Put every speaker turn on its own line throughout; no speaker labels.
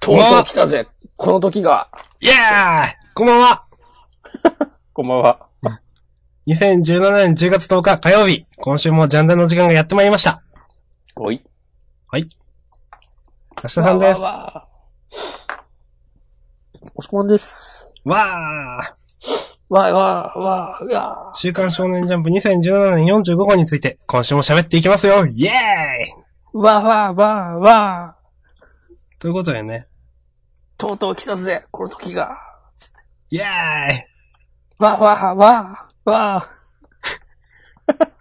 とうとう来たぜ。この時が。
イエーイこんばんは
こんばんは。
!2017 年10月10日火曜日、今週もジャンダンの時間がやってまいりました。
おい。
明日さんです。わ
わーおしこまんです。
ー
わーわーわーうわ
週刊少年ジャンプ2017年45号について、今週も喋っていきますよイエーイ
ーわーわーわーわー
ということでね、
とうとう来たぜ。この時が。
イエーイ
わーわーわーわ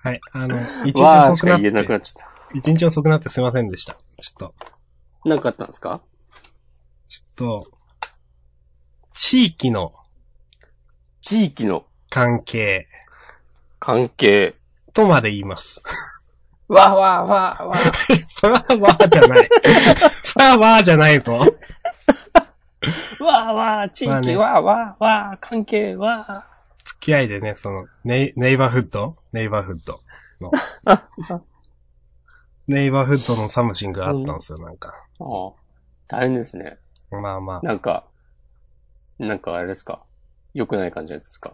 はい、あの、
ー。
一日遅くなっ
言えなく
て、
なっちゃっ
一日遅くなってすいませんでした。ちょっと、
た。なんかあったんですか
ちょっと、地域の
地域の
関係
関係。
とまで言います。
わーわーわーわー。
それはわーじ ゃない。それはわーじゃないぞ。
わーわー、地
まあね
域、わーわーわー、関係、わ
付き合いでね、その、ネイ、ネイバーフッドネイバーフッド の。ネイバーフッドのサムシングがあったんですよ、なんか。
ー。ああ。大変ですね。
まあま
なんか、なんかあれですか良くない感じのやつですか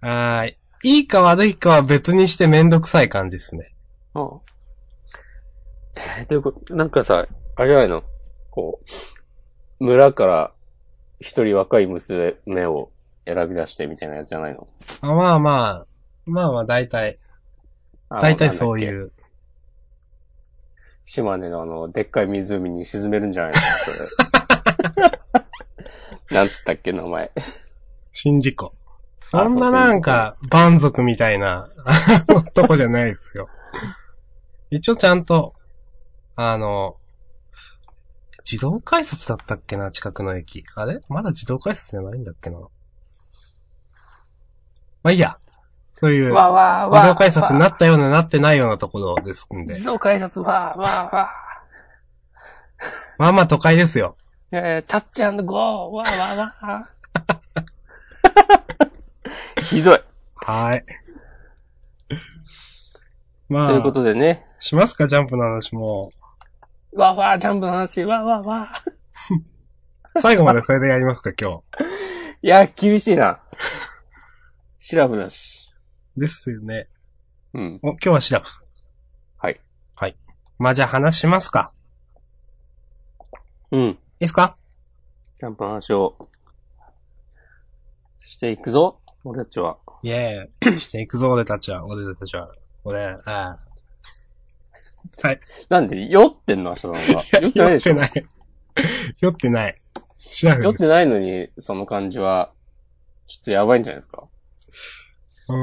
あ。はーい。いいか悪いかは別にしてめんどくさい感じですね。
ああ。えー、どういうことなんかさ、あれじゃないのこう、村から一人若い娘を選び出してみたいなやつじゃないの
あまあまあ、まあまあ大体、大体そうい。
あのなんだっ
う。
け島根のあの、でっかい湖に沈めるんじゃ ないのそれ。なんつったっけ名前。
新事故。そんななんか、蛮族みたいな、 あのとこじゃないですよ。一応ちゃんと、あの、自動改札だったっけな、近くの駅。あれまだ自動改札じゃないんだっけな。まあいいや。そういう、
わわ
自動改札になったような、なってないようなところですんで。
動改札わわわ
まあまあ都会ですよ。
えー、タッチゴーわわわ ひどい。
はい。まあ、
ということでね。
しますか、ジャンプの話も
わわジャンプの話、わわわ
う。最後までそれでやりますか、今日。
いや、厳しいな。シラフだし。
ですよね。
うん。
お、今日はシラフ。
はい。
はい。まあ、じゃあ話しますか。
うん。
いいですか
ジャンプの話を、していくぞ。俺たちは。
イェーイ。していくぞ、俺たちは。俺たちは。俺、ああ。はい。
なんで、酔ってんの明日さんが。酔ってない
酔
で
っ
してょ
ない。 酔ってない。シラ
酔
フ
っ
です。
てないのに、その感じは、ちょっとやばいんじゃないですか。
う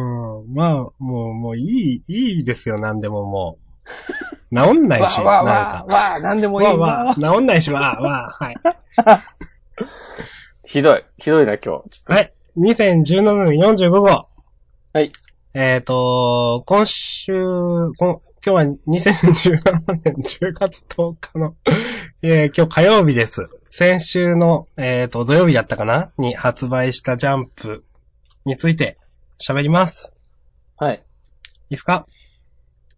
ん。まあ、もう、もういい、いいですよ、なんでもも う。治んないし、なんか。
わあなんでもいい。
わあ
わあ
わあ、治んないし、わあわあ、はい。
ひどい。ひどいな、今日。ちょっと。
はい。2017年45号。
はい。
えっ、と、今週、こ今日は2017年10月10日の、えー今日火曜日です。先週の、えっ、と、土曜日だったかなに発売したジャンプについて喋ります。
はい。
いいですか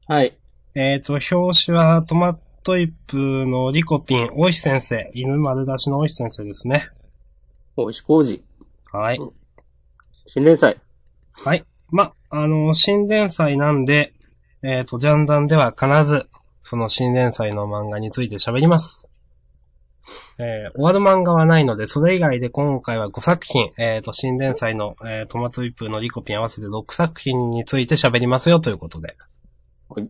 はい。
えっ、と、表紙はトマトイプのリコピン、大石先生、犬丸出しの大石先生ですね。
おいしこうじ。
はい。
新連載。
はい。ま、あの、新連載なんで、えっ、と、ジャンダンでは必ず、その新連載の漫画について喋ります。えー終わる漫画はないので、それ以外で今回は5作品、えっ、と、新連載の、えートマトイップのリコピン合わせて6作品について喋りますよということで。
はい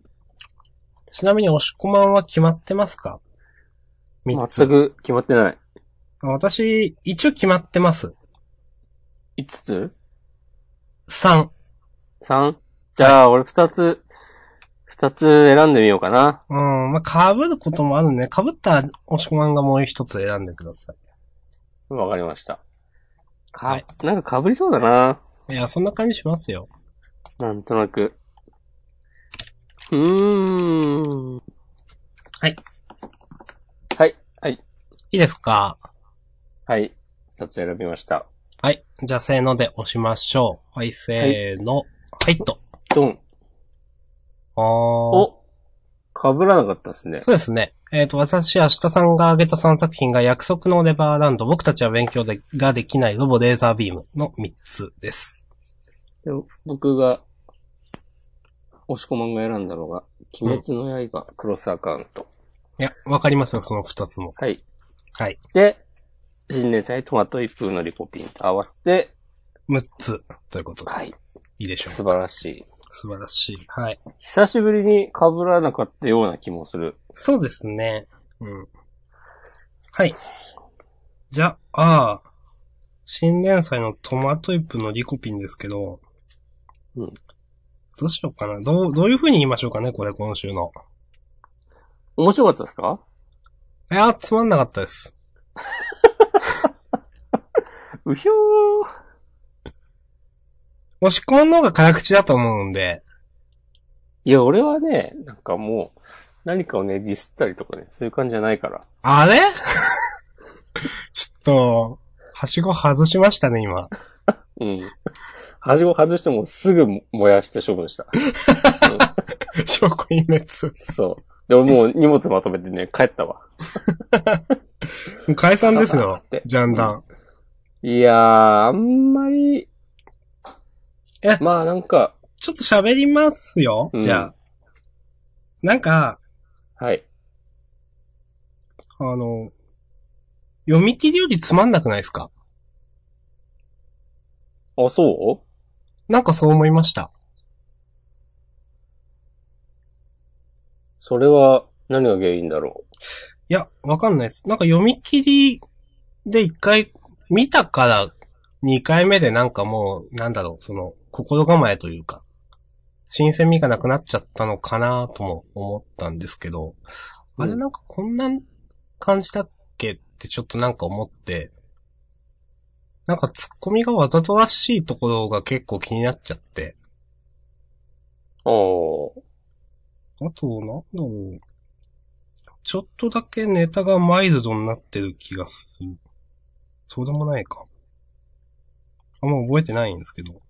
ちなみに、押し込まんは決まってますか三つ。
全く決まってない。
あ私、一応決まってます。
5つ
3。
?3? じゃあ、俺2つ、2つ選んでみようかな。
うん、まあ、被ることもあるね。被った押し込まんがもう一つ選んでくださ
わかりました。か、
はい
なんか被りそうだな。
い。いや、そんな感じしますよ。
なんとなく。うーん。
はい。
はい。はい。
いいですか
はい。2つ選びました。
はい。じゃあ、せーので押しましょう。はい、せーの。はい、と。
ドン。
あー。
お被らなかったですね。
そうですね。えっ、と、私、明日さんが挙げた3作品が約束のネバーランド、僕たちは勉強でができないロボレーザービームの3つです。
でも僕が、押し込まんが選んだのが、鬼滅の刃、クロスアカウント。
いや、わかりますよ、その2つも。
はい。
はい。
で、新年祭トマト一風のリコピンと合わせて、
6つ、ということで。
はい。
いいでしょ
素晴らしい。
う。素晴らしい。はい。
久しぶりに被らなかったような気もする。
そうですね。うん。はい。じゃあ、新年祭のトマトイプのリコピンですけど、
うん。
どうしようかな。どう、どういう風に言いましょうかね、これ、今週の。
面白かったですか
いや、つまんなかったです。
うひょー。
押し込んの方が辛口だと思うんで、
いや、俺はね、なんかもう、何かをね、ディスったりとかね、そういう感じじゃないから。
あれ ちょっと、はしご外しましたね、今。
うん。はしご外してもすぐ燃やして処分した。
証拠隠滅。
そう。で、俺もう荷物まとめてね、帰ったわ。
もう解散ですよ
ささって、
ジャンダン。
いやー、あんまり、
え
まあなんか、
ちょっと喋りますよ、
うん
じゃあ。なんか、
はい。
あの、読み切りよりつまんなくないですか
あ、そ
なんかそう思いまし
う
た。
それは何が原因だろ
いや、わかんないです。なんか読み切りで一回見たから、二回目でなんかもう、なんだろう、その、心構えというか、新鮮味がなくなっちゃったのかなとも思ったんですけど、あれ
うん
なんかこんな感じだっけってちょっとなんか思って、なんかツッコミがわざとらしいところが結構気になっちゃって、
うおー。
あと、なんだろう。ちょっとだけネタがマイルドになってる気がする。そうでもないか。あんま覚えてないんですけど。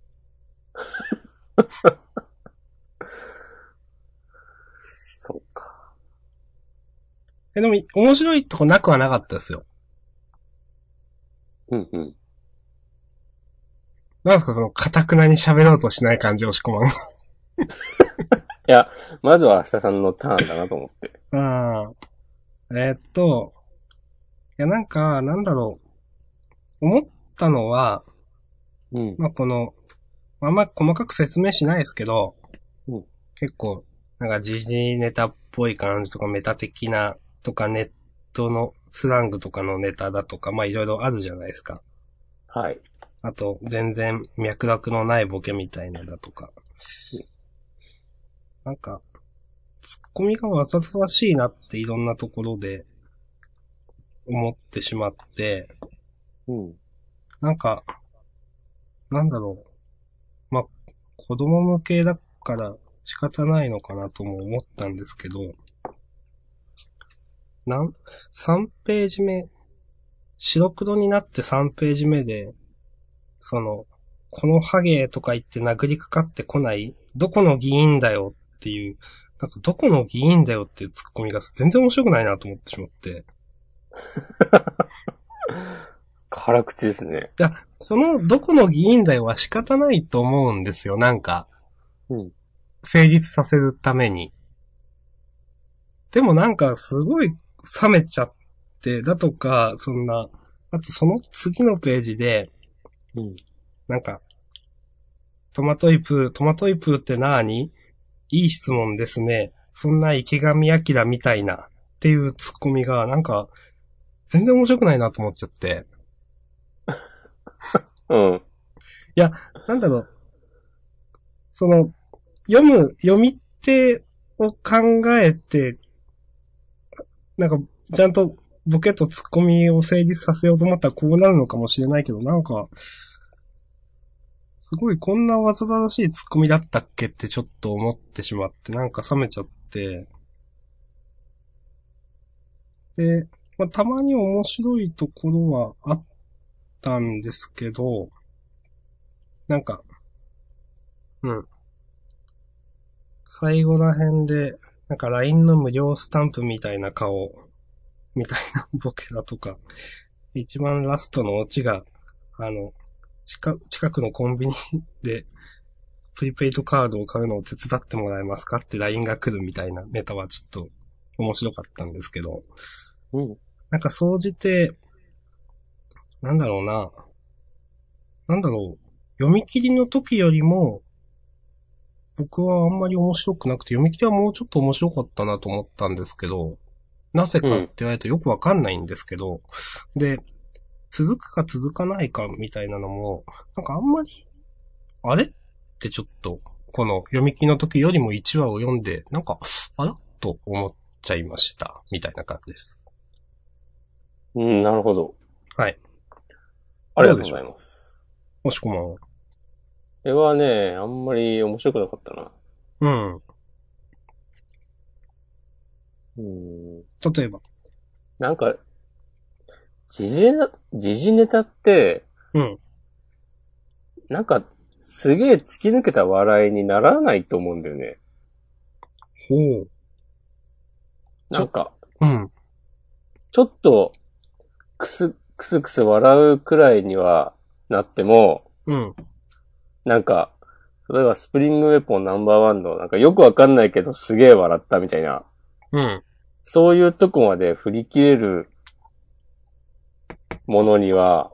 そうか。
え、でも、面白いとこなくはなかったですよ。
うんうん。
なんですか、その、かたくなに喋ろうとしない感じ、押し込ま
い
ん。
や、まずは明日さんのターンだなと思って。
ああ。えーっと、いや、なんか、なんだろう。思ったのは、
うん。
まあ、この、あんま細かく説明しないですけど、
うん
結構、なんか時事ネタっぽい感じとか、メタ的なとか、ネットのスラングとかのネタだとか、まあいろいろあるじゃないですか。
はい。
あと、全然脈絡のないボケみたいなのだとか。なんか、ツッコミがわざとらしいなっていろんなところで思ってしまって、
うん。
なんか、なんだろう。まあ、子供向けだから仕方ないのかなとも思ったんですけど、なん、3ページ目、白黒になって3ページ目で、その、このハゲとか言って殴りかかってこない、どこの議員だよっていう、なんかどこの議員だよっていうツッコミが全然面白くないなと思ってしまって。
辛口ですね。
だからこの、どこの議員代は仕方ないと思うんですよ、なんか。
うん
成立させるために。でもなんか、すごい冷めちゃって、だとか、そんな、あとその次のページで、
うん。
なんか、トマトイプー、トマトイプーって何いい質問ですね。そんな池上彰みたいな、っていうツッコミが、なんか、全然面白くないなと思っちゃって。
うん。
なんだろう。その、読む、読み手を考えて、なんか、ちゃんとボケとツッコミを成立させようと思ったらこうなるのかもしれないけど、なんか、すごいこんなわざとらしいツッコミだったっけってちょっと思ってしまって、なんか冷めちゃって。で、まあ、たまに面白いところはあったんですけど、なんか、うん。最後ら辺で、なんか LINE の無料スタンプみたいな顔、みたいなボケだとか、一番ラストのオチが、あの、近近くのコンビニで、プリペイドカードを買うのを手伝ってもらえますかって LINE が来るみたいなネタはちょっと面白かったんですけど、
うん。
なんか総じて、なんだろうな、なんだろう、読み切りの時よりも、僕はあんまり面白くなくて、読み切りはもうちょっと面白かったなと思ったんですけど、なぜかって言われるとよくわかんないんですけど、で、続くか続かないかみたいなのも、なんかあんまり、あれってちょっと、この読み切りの時よりも1話を読んで、なんか、あらと思っちゃいました、みたいな感じです。
うん、なるほど。
はい。
ありがとうございます。
もしこも。
これはね、あんまり面白くなかったな。
うん。
うん。
例えば。
なんか、時事な、時事ネタって、
うん。
なんか、すげえ突き抜けた笑いにならないと思うんだよね。
ほう。
なんか、
うん。
ちょっと、くす、くすくす笑うくらいにはなっても、
うん。
なんか、例えばスプリングウェポンナンバーワンの、なんかよくわかんないけどすげえ笑ったみたいな、
うん。
そういうとこまで振り切れるものには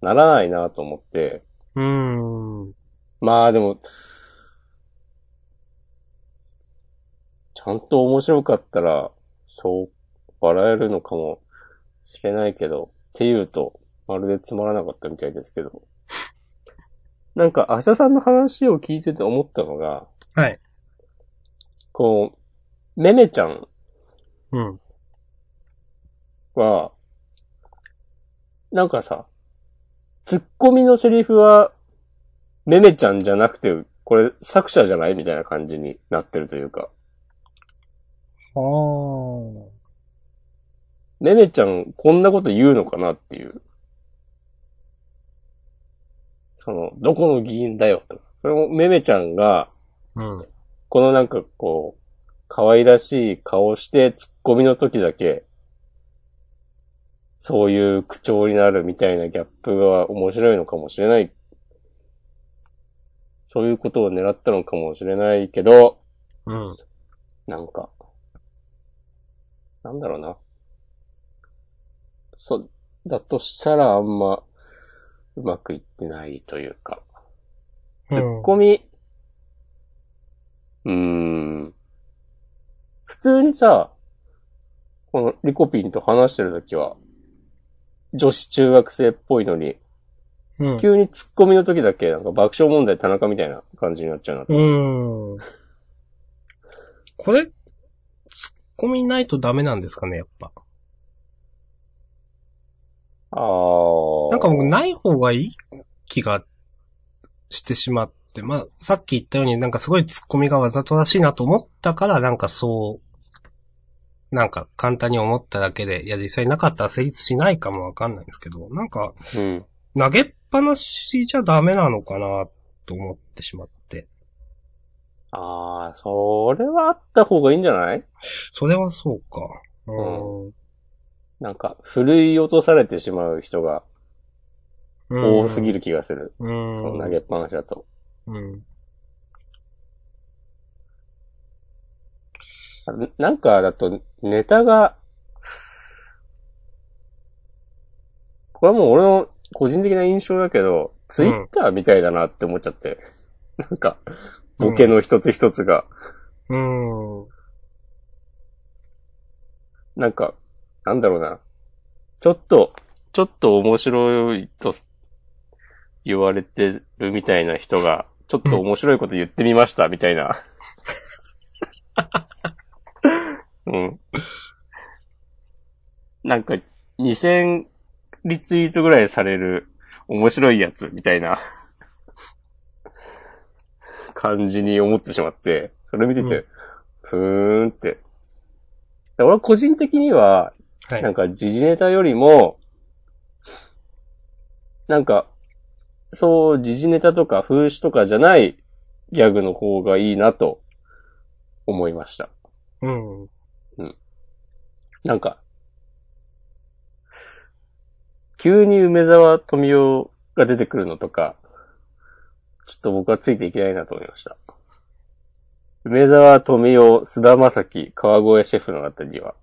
ならないなと思って。
うーん。
まあでも、ちゃんと面白かったら、そう、笑えるのかもしれないけど、っていうと、まるでつまらなかったみたいですけど。なんか、明日さんの話を聞いてて思ったのが、
はい。
こう、めめちゃん
うん。
は、なんかさ、ツッコミのセリフは、めめちゃんじゃなくて、これ作者じゃないみたいな感じになってるというか。
あー。
めめちゃん、こんなこと言うのかなっていう。その、どこの議員だよと。それも、めめちゃんが、
うん。
このなんかこう、可愛らしい顔して、ツッコミの時だけ、そういう口調になるみたいなギャップが面白いのかもしれない。そういうことを狙ったのかもしれないけど、
うん。
なんか、なんだろうな。そ、だとしたらあんま、うまくいってないというか。ツッコミ、うーん。普通にさ、このリコピンと話してるときは、女子中学生っぽいのに、
うん。
急にツッコミの時だけ、なんか爆笑問題田中みたいな感じになっちゃうな。
うん。これ、ツッコミないとダメなんですかね、やっぱ。
あー。
なんか僕、ない方がいい気がしてしまって、まあ、さっき言ったようになんかすごいツッコミがわざとらしいなと思ったから、なんかそう、なんか簡単に思っただけで、いや実際なかったら成立しないかもわかんないんですけど、なんか
うん。
投げっぱなしじゃダメなのかなと思ってしまって。
ああ、それはあった方がいいんじゃない
それはそうか。うん。
なんか、ふるい落とされてしまう人が多すぎ
る。
る気がする。
うん。
その投げっぱなしだと。
うん。
ななんか、だと、ネタが、これはもう俺の個人的な印象だけど、ツイッターみたいだなって思っちゃって。なんか、ボケの一つ一つが、
うん。
なんか、なんだろうな。ちょっと、ちょっと面白いと言われてるみたいな人が、ちょっと面白いこと言ってみました、みたい な。うん。なんか、2000リツイートぐらいされる面白いやつ、みたいな感じに思ってしまって、それ見てて、
うん
ふーんって。で俺個人的には、
はい。
なんか時事ネタよりも、なんか、そう、時事ネタとか風刺とかじゃないギャグの方がいいなと思いました。
うん。
なんか、急に梅沢富美男が出てくるのとか、ちょっと僕はついていけないなと思いました。梅沢富美男、須田正樹、川越シェフのあたりは、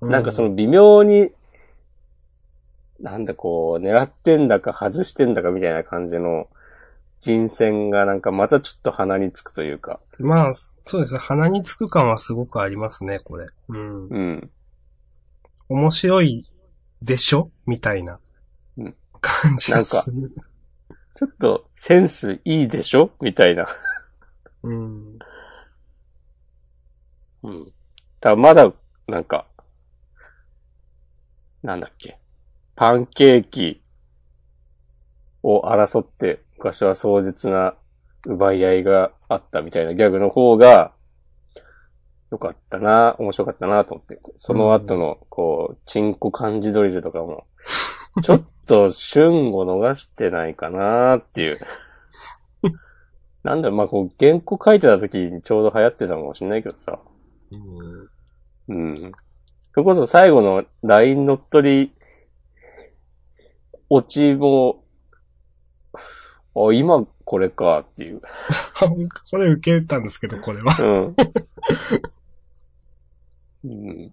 なんかそ
の、
の微妙に、なんだこう、狙ってんだか外してんだかみたいな感じの人選がなんかまたちょっと鼻につくというか、
まあ、そうですね。鼻につく感はすごくありますね、これ。うん。
うん。
面白いでしょみたいな
うん
感じがする。
ちょっとセンスいいでしょみたいな。
うん。
うん。ただまだ、なんか、なんだっけ。パンケーキを争って、昔は壮絶な奪い合いがあったみたいなギャグの方が、良かったな、面白かったなと思って。その後の、こう、チンコ漢字ドリルとかも、ちょっと旬を逃してないかなっていう。なんだろう、まあ、こう、原稿書いてた時にちょうど流行ってたのかもしれないけどさ。
うん
うん。それこそ最後の LINE 乗っ取り、落ちも、あ、今これかっていう。
僕、これ受けたんですけど、これは。
うん。うん、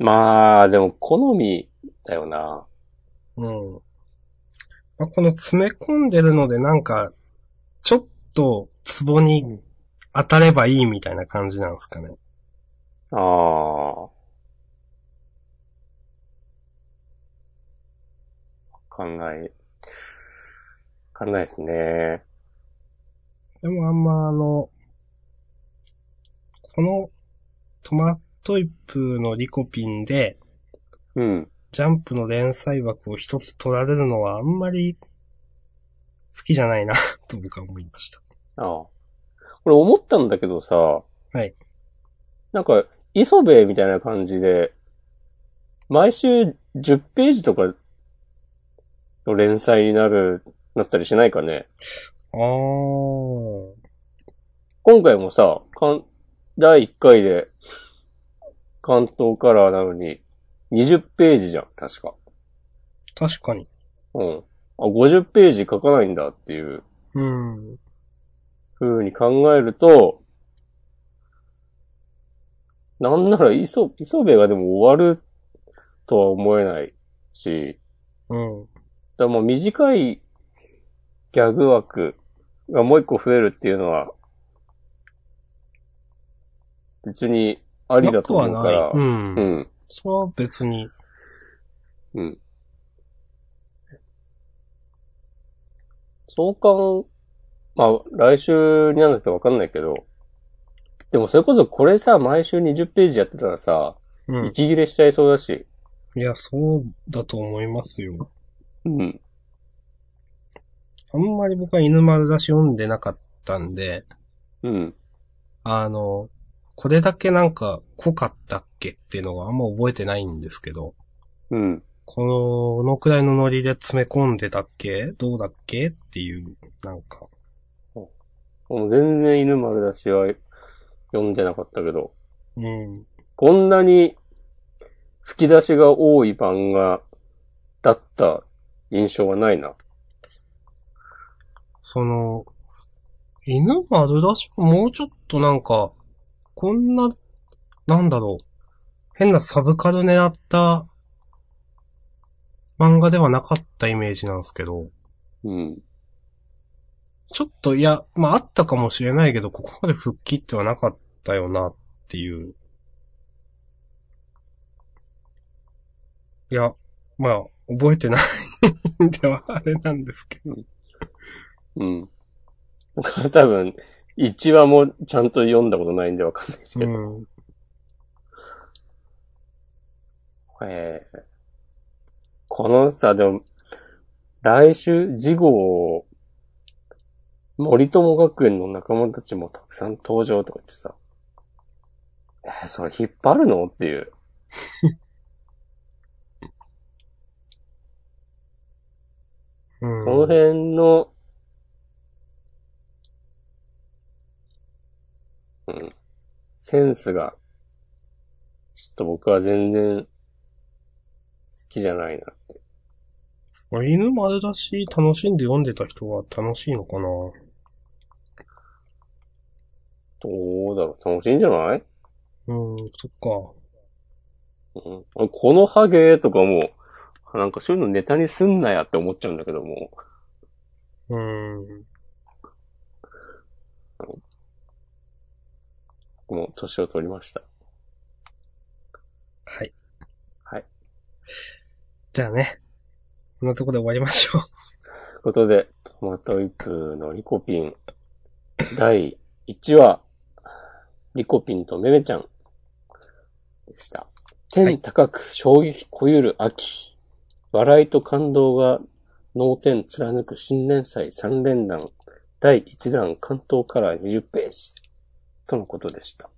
まあ、でも好みだよな。
うん。まあ、この詰め込んでるので、なんか、ちょっと、ツボに当たればいいみたいな感じなんですかね。
ああ。考え、考えですね。
でもあんまあの、このトマトイプのリコピンで、
うん。
ジャンプの連載枠を一つ取られるのはあんまり好きじゃないな、 と僕は思いました。
ああ。これ思ったんだけどさ。
はい。
なんか、磯部みたいな感じで、毎週10ページとかの連載になる、なったりしないかね。
あー。
今回もさ、関第1回で、関東カラーなのに、20ページじゃん、確か。
確かに。
うん。あ、50ページ書かないんだっていう。
うん。
ふうに考えると、なんなら磯、磯部がでも終わるとは思えないし、
うん。
だからもう短いギャグ枠がもう一個増えるっていうのは、別にあ
あ
りだと思うから、
うん。
うん。
それは別に。
うん。相関、まあ、来週にならなくてわかんないけど、でもそれこそこれさ、毎週20ページやってたらさ、
うん。
息切れしちゃいそうだし、
いや、そうだと思いますよ。
うん。
あんまり僕は犬丸出し読んでなかったんで、
うん。
あの、これだけなんか濃かったっけっていうのはあんま覚えてないんですけど、
うん。
このくらいのノリで詰め込んでたっけどうだっけっていう、なんか。
もう全然犬丸だしは読んでなかったけど、
うん。
こんなに吹き出しが多い漫画だった印象はないな。
その、犬丸だし、もうちょっとなんか、こんな、なんだろう、変なサブカル狙った漫画ではなかったイメージなんですけど、
うん。
ちょっと、いや、まあ、あったかもしれないけど、ここまで復帰ってはなかったよな、っていう。いや、まあ、覚えてないんではあれなんですけど。
うん。だから 多分、1話もちゃんと読んだことないんでわかんないですけど。
うん。
えーこのさ、でも、来週、次号、森友学園の仲間たちもたくさん登場とか言ってさ、えーそれ引っ張るのっていう。
うん、
その辺の、センスが、ちょっと僕は全然、好きじゃないなって。
まあ犬丸だし、楽しんで読んでた人は楽しいのかな
どうだろう楽しいんじゃない
うん、そっか。
うんあこのハゲとかもう、なんかそういうのネタにすんなやって思っちゃうんだけども。
うん。
僕も年を取りました。
はい。
はい。
じゃあね。こんなとこで終わりましょ
と
う。
いうことで、トマトイプのリコピン、第1話、リコピンとメメちゃん、でした。天高く衝撃こゆる秋、笑いと感動が脳天貫く新連載3連弾、第1弾関東から20ページ、とのことでした。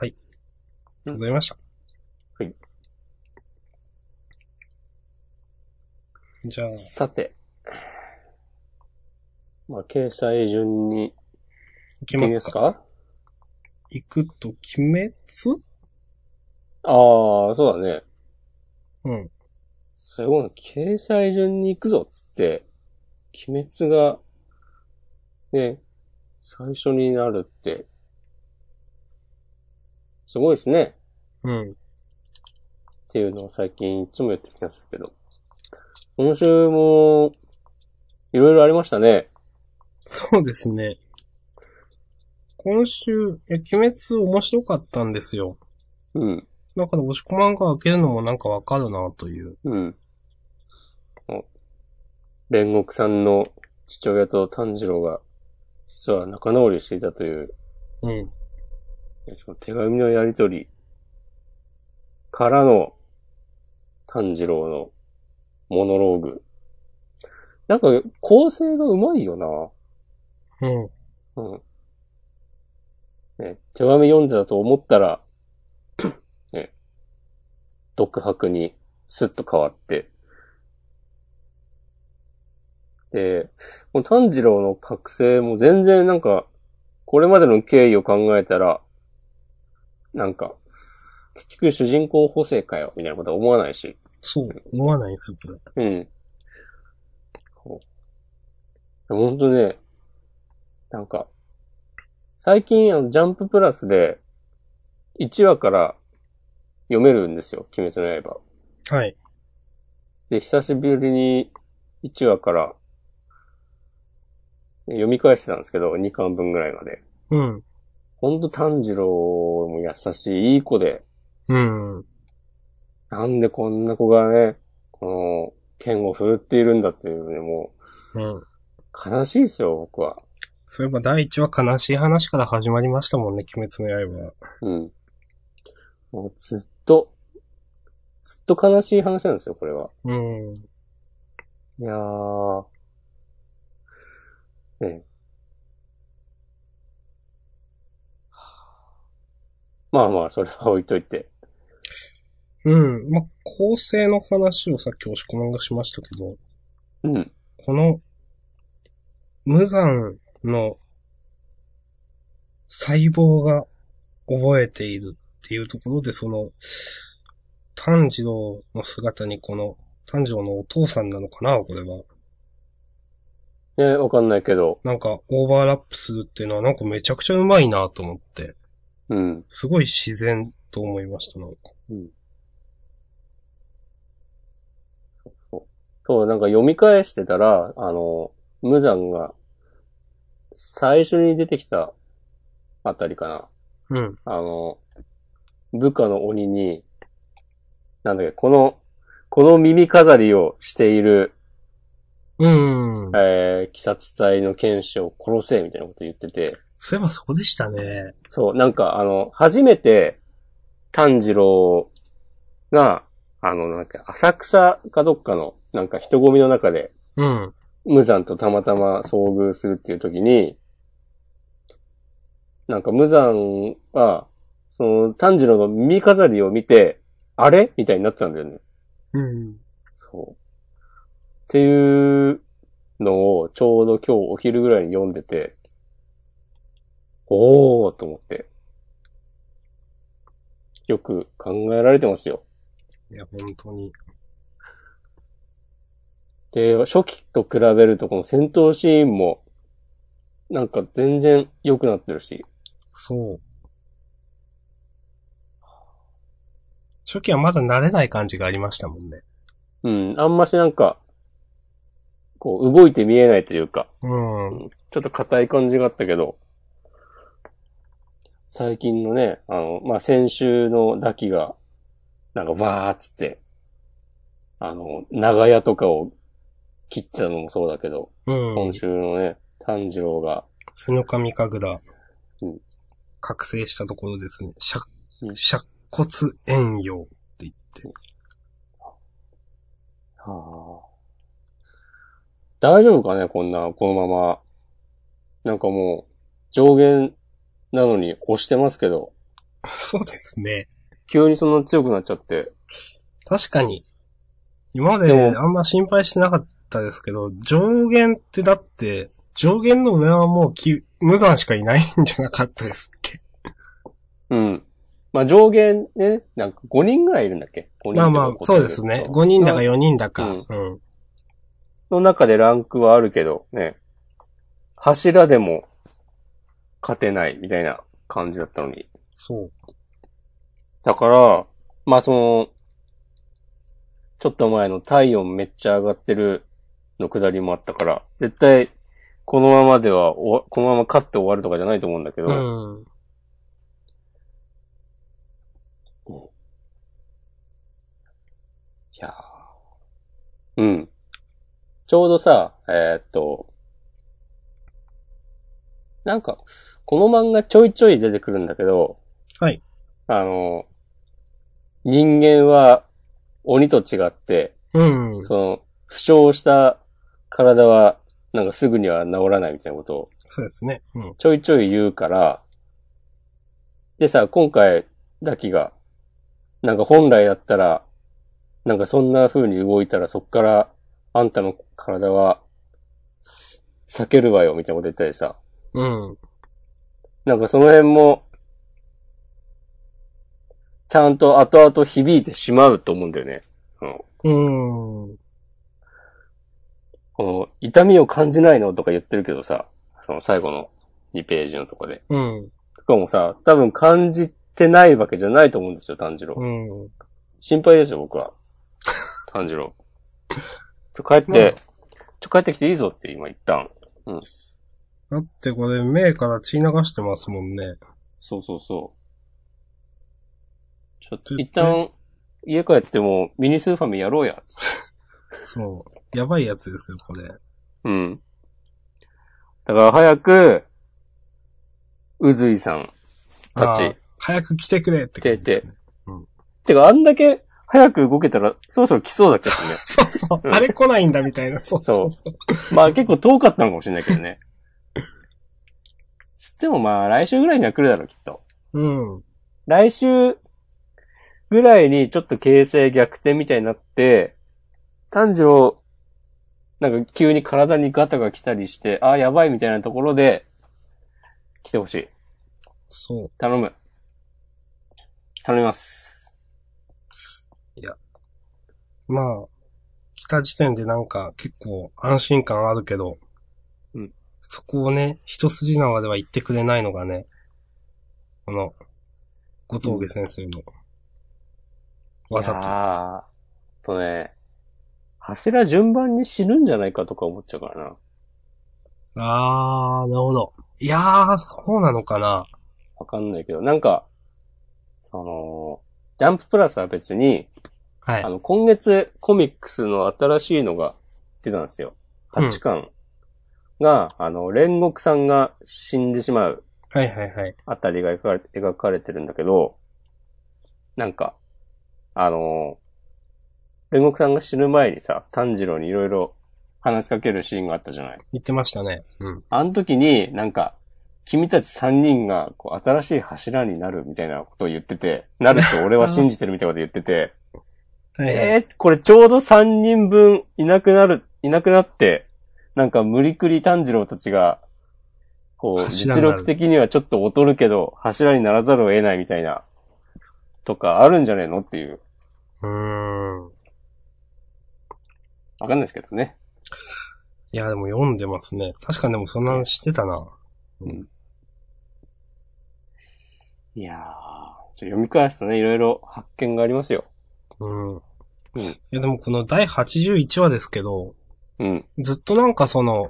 ありがとうございました。
はい。
じゃあ、
さて、まあ、掲載順に、
行き
いい
ま
ですす
か。
か
行くと、鬼滅
ああ、そうだね。
うん。
そういうこと掲載順に行くぞっつって、鬼滅が、ね、最初になるって、すごいですね。
うん。
っていうのを最近いつも言ってきましたけど。今週も、いろいろありましたね。
そうですね。今週、いや、鬼滅面白かったんですよ。
うん、
だから、押し込まんが開けるのもなんかわかるなという。
うん。お煉獄さんの父親と炭治郎が、実は仲直りしていたという、
うん。
その手紙のやりとりからの炭治郎のモノローグ。なんか構成がうまいよ
うん。
な。うん。ね、手紙読んでたと思ったら、ね、独白にスッと変わって。で、もう炭治郎の覚醒も全然なんか、これまでの経緯を考えたら、なんか、結局主人公補正かよ、みたいなことは思わないし。
そう、思わないんですよ、これ。
うん。こうほんとね、なんか、最近あの、ジャンププラスで、1話から読めるんですよ、鬼滅の刃。
はい。
で、久しぶりに1話から読み返してたんですけど、2巻分ぐらいまで。
うん。
ほんと炭治郎も優しい、いい子で、
うん。
なんでこんな子がね、この剣を振るっているんだっていうね、も
うん。
う悲しいですよ、僕は。
そういえば、第一話悲しい話から始まりましたもんね、鬼滅の刃は。
うん。もうずっと、ずっと悲しい話なんですよ、これは。
うん。
いやー。ねえ。まあまあ、それは置いといて。
うん。まあ、構成の話をさっき押し込まんがしましたけど、
うん。
この、無残の細胞が覚えているっていうところで、その、炭治郎の姿にこの、炭治郎のお父さんなのかな、これは。
ねえわかんないけど。
なんか、オーバーラップするっていうのはなんかめちゃくちゃうまいなと思って、
うん。
すごい自然と思いました、なんか。
そう、なんか読み返してたら、あの、無惨が、最初に出てきたあたりかな。
うん。
あの、部下の鬼に、なんだっけ、この、この耳飾りをしている、
うん。
えー、鬼殺隊の剣士を殺せ、みたいなこと言ってて、
そういえばそうでしたね。
そう、なんかあの、初めて、炭治郎が、あの、なんか、浅草かどっかの、なんか人混みの中で、
うん。
無惨とたまたま遭遇するっていう時に、なんか無惨は、その炭治郎の耳飾りを見て、あれみたいになってたんだよね。
うん。
そう。っていうのをちょうど今日お昼ぐらいに読んでて、おーと思って。よく考えられてますよ。
いや、本当に。
で、初期と比べるとこの戦闘シーンも、なんか全然良くなってるし。
そう。初期はまだ慣れない感じがありましたもんね。
うん、あんましなんか、こう動いて見えないというか、
うん。
ちょっと硬い感じがあったけど、最近のね、あの、まあ、先週のダキが、なんかバーっつって、あの、長屋とかを切ったのもそうだけど、
うん
今。週のね、炭治郎が、
日の神神楽
うん。
覚醒したところですね。しゃ
う、ん
しゃっ骨炎陽 って言って。
大丈夫かね、こんな、このまま。なんかもう、上限なのに押してますけど、
そうですね。
急にそんな強くなっちゃって、
確かに。今まで
でも
あんま心配してなかったですけど、上限ってだって、上限の上はもうき無残しかいないんじゃなかったですっけ。
うん。まあ上限ね、なんか5人ぐらいいるんだっけ5人
まあまあ、そうですね。5人だか
よ。
4人だか。
うん
うん。
の中でランクはあるけど、ね。柱でも勝てないみたいな感じだったのに。
そう。
だから、まあその、ちょっと前の体温めっちゃ上がってるの下りもあったから、絶対このままではおわ、このまま勝って終わるとかじゃないと思うんだけど、
うん。
いやーうん。ちょうどさ、えーっと、なんか、この漫画ちょいちょい出てくるんだけど、
はい。
あの、人間は鬼と違って、
うん。
その、負傷した体は、なんかすぐには治らないみたいなことを
そうですね。うん。
ちょいちょい言うから、でさ、今回、ダキが、なんか本来だったら、なんかそんな風に動いたらそっから、あんたの体は、避けるわよ、みたいなこと言ったりさ、
うん。
なんかその辺も、ちゃんと後々響いてしまうと思うんだよね。うん
うん。
この、痛みを感じないのとか言ってるけどさ、その最後の2ページのとこで。
うん。
とかもさ、多分感じてないわけじゃないと思うんですよ、炭治郎。
うん。
心配ですよ、僕 は。炭治郎。ちょ、帰って、ちょ、帰ってきていいぞって今一旦。うん。
だってこれ目から血流してますもんね。
そうそうそう。ちょっと
ずっと
一旦、家帰ってもミニスーファミやろうや、つって
そう。やばいやつですよ、これ。
うん。だから早く、うずいさんた
あ
ち
ー。早く来てくれって感じですね。
てか、あんだけ早く動けたら、そろそろ来そうだけどね。
そうそう。
うん
あれ来ないんだみたいな。そうそうそう。
まあ結構遠かったのかもしれないけどね。つってもまあ来週ぐらいには来るだろう、きっと。
うん。
来週ぐらいにちょっと形勢逆転みたいになって、炭治郎、なんか急に体にガタが来たりして、ああ、やばいみたいなところで、来てほしい。
そう。
頼む。頼みます。
まあ、来た時点でなんか結構安心感あるけど、
うん
そこをね、一筋縄では言ってくれないのがね、この、後藤家先生の、技
いや
と。
ーとね、柱順番に死ぬんじゃないかとか思っちゃうからな。
あー、なるほど。いやー、そうなのかな。
わかんないけど、なんか、その、ジャンププラスは別に、
はい
あ。の、今月コミックスの新しいのが出たんですよ。
うん
8巻が、あの、煉獄さんが死んでしまう
はいはいはい。
あたりが描かれ描かれてるんだけど、なんか、あの煉獄さんが死ぬ前にさ、炭治郎にいろいろ話しかけるシーンがあったじゃない。
言ってましたね。うん。
あの時に、なんか、君たち三人が、こう、新しい柱になるみたいなことを言ってて、なると俺は信じてるみたいなこと言ってて、
はいはい
えー、これちょうど三人分いなくなる、いなくなって、なんか無理くり炭治郎たちが、こう、
柱
実
になる
力的にはちょっと劣るけど、柱にならざるを得ないみたいなとかあるんじゃねえのっていう。
うーん。
わかんないですけどね。
いや、でも読んでますね。確かにでもそんなのしてたな。
いやー、ちょ読み返すとね、いろいろ発見がありますよ。
うん。
うん
いや、でもこの第81話ですけど、
うん。
ずっとなんかその、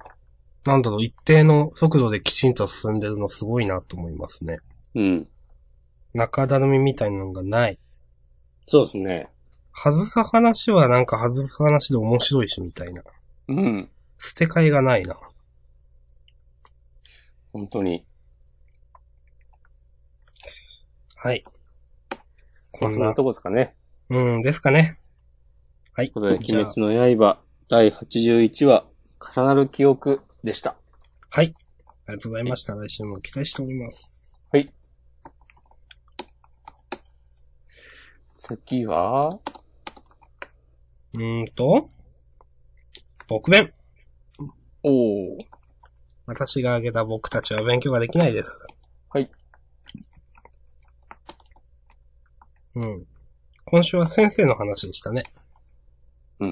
なんだろう、一定の速度できちんと進んでるのすごいなと思いますね。
うん。
中だるみみたいなのがない。
そうですね。
外す話はなんか外す話で面白いしみたいな。
うん。
捨て替えがないな。
本当に。
はい。
ま
こ
あそ
ん
ん
な
な、とこですかね。
うん、ですかね。はい。
ということ
じ
で、
ゃあ
鬼滅の刃第81話、重なる記憶でした。
はい。ありがとうございました。来週も期待しております。
はい。次は、
うーんと、僕弁。
おお。
私が挙げた僕たちは勉強ができないです。
はい。
うん。今週は先生の話でしたね。
うん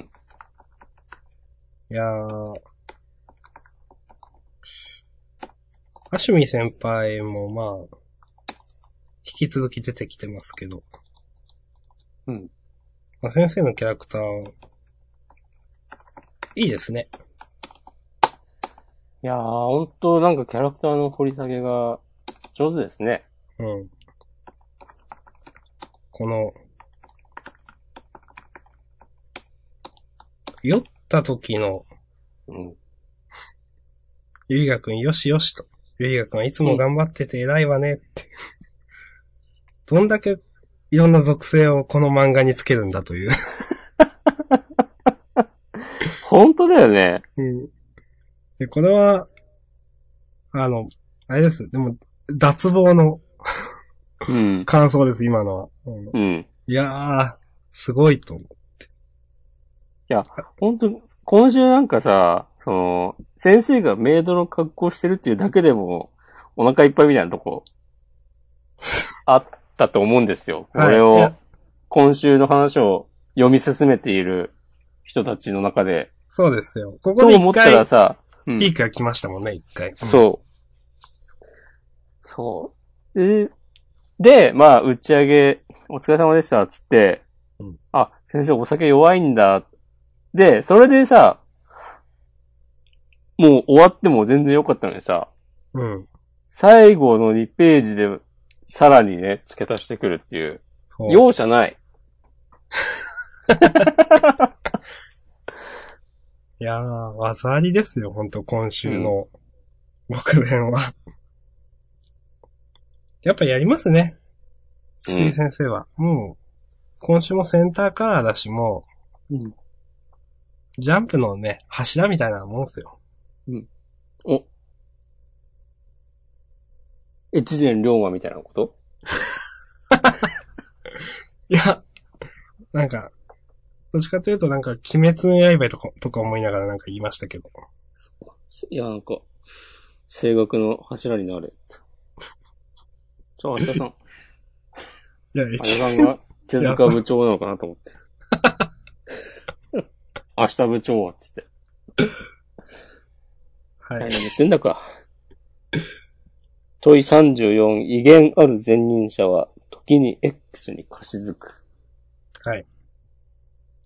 いやー。アシュミ先輩もまあ、引き続き出てきてますけど。
うん。
まあ、先生のキャラクター、いいですね。
いやー、本当なんかキャラクターの掘り下げが上手ですね。
うん。この、酔った時の、
うん。
ゆいがくんよしよしと。ゆいがくんはいつも頑張ってて偉いわねって。どんだけいろんな属性をこの漫画につけるんだという。
本当だよね。
うん。で、これは、あの、あれです。でも、脱帽の
うん。
感想です、今のは。うん
うん。
いやー、すごいと思う。
本当今週なんかさ、その、先生がメイドの格好してるっていうだけでも、お腹いっぱいみたいなとこ、あったと思うんですよ。こ
はい
れ
い
を
や、
今週の話を読み進めている人たちの中で、
そうですよ。ここ
と
で
思
一
った
回
ら、さ、うん
ピークが来ましたもんね、一回。うん。
そう。そう。で、で、まあ、打ち上げ、お疲れ様でした、つって、
うん
あ、先生お酒弱いんだ。で、それでさ、もう終わっても全然良かったのにさ、
うん。
最後の2ページで、さらにね、付け足してくるっていう。
そう。
容赦ない。
いやー、技ありですよ、ほんと、今週の、僕弁は。やっぱやりますね。筒井先生は。もう、今週もセンターカラーだし、も
うん。
う、ジャンプのね、柱みたいなもんですよ。
お。越前龍馬みたいなこと
いや、なんか、どっちかというとなんか、鬼滅の刃とか、とか思いながらなんか言いましたけど。
いや、なんか、声楽の柱になれ。じゃあ、明日さん、
いや、
明日さんが手塚部長なのかなと思って。明日部長は、つって。
は
何
い。
言ってんだか。問い34、威厳ある前任者は、時に X に貸し付く。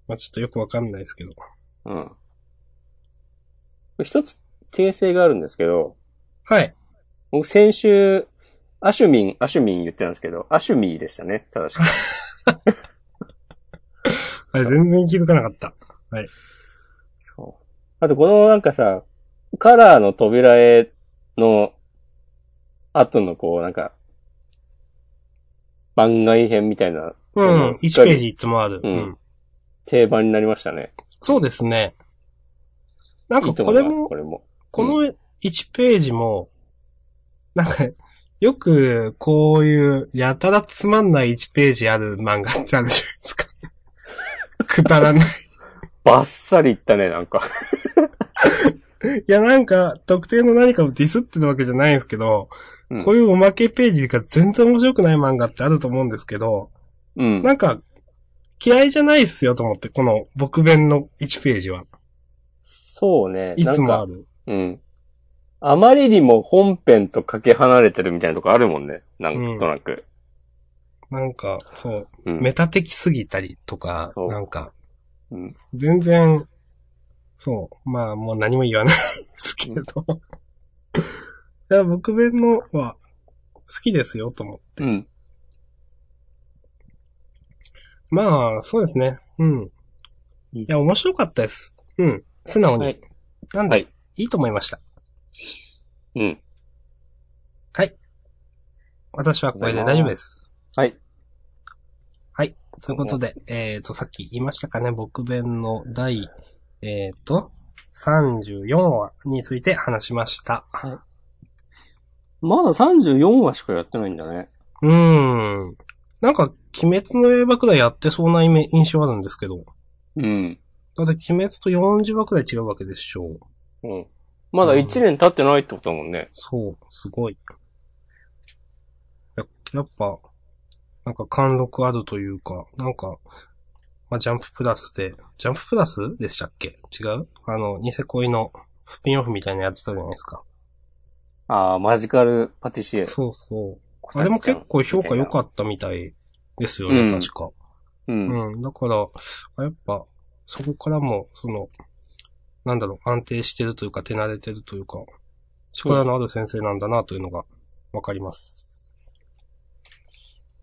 まあちょっとよくわかんないですけど。
うん。これ一つ訂正があるんですけど、
はい。
僕先週、アシュミン、アシュミン言ってたんですけど、アシュミーでしたね、正しく。
あれ、全然気づかなかった。
そう。あと、このなんかさ、カラーの扉への、後のこう、なんか、番外編みたいな
うん。
うん
1ページいつもある。
う
うんん。
定番になりましたね。
そうですね。なん
いい
か
と
こ
思
れ
います、
も
こ、れも。
この1ページも、なんか、よく、こういう、やたらつまんない1ページある漫画ってあるじゃないですか。 くだらない。
バッサリいったね、なんか。
いや、なんか、特定の何かをディスってるわけじゃないんですけど、
うん
こういうおまけページが全然面白くない漫画ってあると思うんですけど、
うん。
なんか、嫌いじゃないっすよと思って、この、僕弁の1ページは。
そうね。
いつ
なん
も
か
ある。
うん。あまりにも本編とかけ離れてるみたいなとこあるもんね。なんとなく。
なんか、そう、
うん。
メタ的すぎたりとか、
そう
なんか、
うん
全然、そう、まあもう何も言わないですけど。 いや、僕弁のは、好きですよと思って。
うん。
まあ、そうですね。うん。いや、面白かったです。うん。素直に。
はい
なんで、
はい
い、いと思いました。
うん。
私はこれで大丈夫です。
はい。
ということで、えっ、と、さっき言いましたかね、僕弁の第、えっ、と、34話について話しました。
まだ34話しかやってないんだね。
うーん。なんか、鬼滅の刃くらいやってそうなイメ印象あるんですけど。
うん。
だって鬼滅と40話くらい違うわけでしょう。
うん。まだ1年経ってないってことだもんね。
そう、すごい。ややっぱ、なんか貫禄あるというか、なんか、まあ、ジャンププラスで、ジャンププラスでしたっけ違うあの、ニセ恋のスピンオフみたいなのやってたじゃないですか。
ああ、マジカルパティシエ。
そうそう。あれも結構評価良か
っ
ったみたいですよね、
うん
確か。
た。うん。
うん、だから、やっぱ、そこからも、その、なんだろう、安定してるというか、手慣れてるというか、力のある先生なんだなというのが、わかります。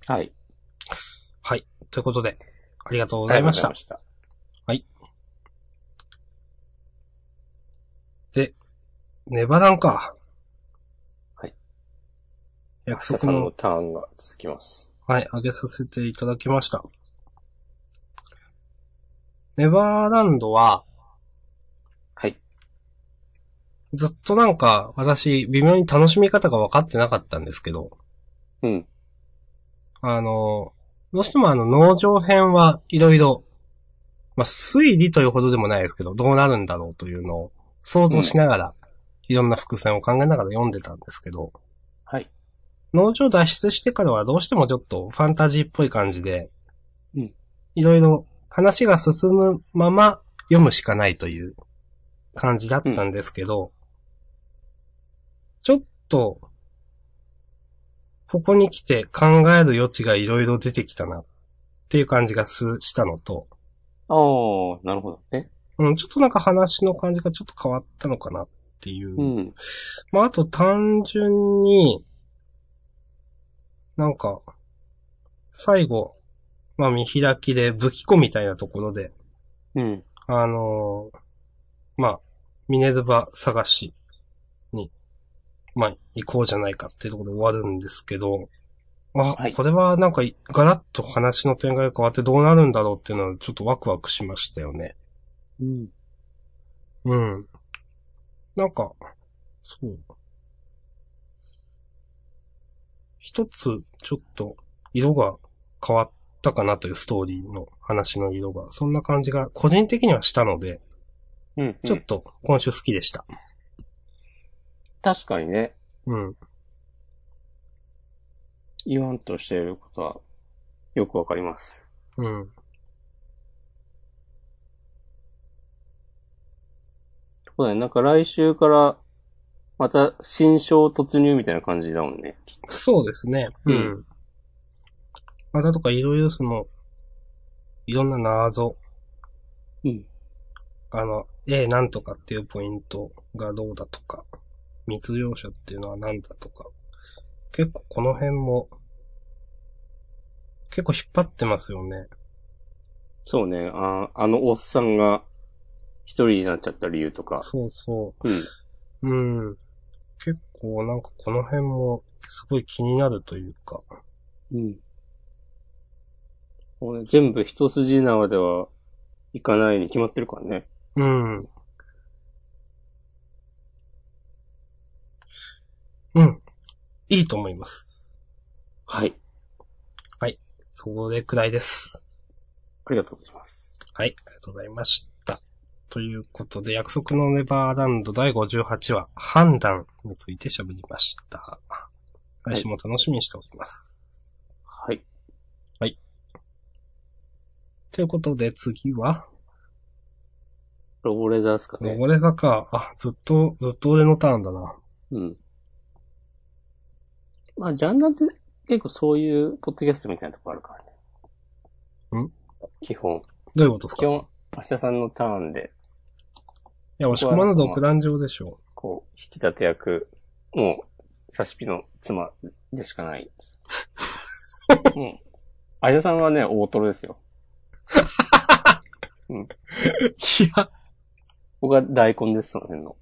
はい。
ということで、ありがとう
ご
ございました。
した。
ネバダンか。
はい。明
約
日
束
さんの
の、
ターンが続きます。
はい、あげさせていただきました。ネバーランドは、
はい。
ずっとなんか、私、微妙に楽しみ方が分かってなかったんですけど、
うん。
あの、どうしてもあの、農場編はいろいろ、まあ、推理というほどでもないですけど、どうなるんだろうというのを想像しながら、いろんな伏線を考えながら読んでたんですけど、
はい。
農場脱出してからはどうしてもちょっとファンタジーっぽい感じで、
うん
いろいろ話が進むまま読むしかないという感じだったんですけど、ちょっと、ここに来て考える余地がいろいろ出てきたなっていう感じがすしたのと、
ああ、なるほどね。
うん、ちょっとなんか話の感じがちょっと変わったのかなっていう
うん。
まあ、あと単純に、なんか、最後、まあ見開きで武器庫みたいなところで、
うん。
あのーまあ、ミネルバ探しに、まあ行こうじゃないかっていうところで終わるんですけど、あ、
はい
これはなんかいガラッと話の展開が変わってどうなるんだろうっていうのはちょっとワクワクしましたよね。
うん。
うん。なんか、そう。一つ、ちょっと、色が変わったかなというストーリーの話の色が、そんな感じが個人的にはしたので、
うん。
ちょっと今週好きでした。
確かにね、
うん。
言わんとしていることは、よくわかります。
うん。
そうだね、なんか来週から、また、新章突入みたいな感じだもんね。
そうですね。
うん
またとかいろいろその、いろんな謎、
うん。
あの、A なんとかっていうポイントがどうだとか、密漁者っていうのは何だとか、結構この辺も、結構引っ張ってますよね。
そうね、ああのおっさんが、一人になっちゃった理由とか。
そうそ
うん。
う。うん。結構なんかこの辺もすごい気になるというか。
うん。もうね全部一筋縄ではいかないに決まってるからね。
うん。うん。いいと思います。
はい。
それくらいです。
ありがとうございます。
はい、ありがとうございました。ということで、約束のネバーランド第58話、判断について喋りました。
い
来週も楽しみにしております。
はい。
ということで次は、
ロボレザーですか
ロ
ね。
ボレザか。あ、ずっと、ずっと俺のターンだな。
うん。まあ、ジャンダンって結構そういうポッドキャストみたいなとこあるからね。
ん
基本。
どういうことです
基
かい
本、明日さんのターンで、
や、押し込まぬ独壇場でしょ。
こう、引き立て役、もう、サシピの妻でしか ないです。うん。明日さんはね、大トロですよ。
いや、
僕は大根です、その辺の。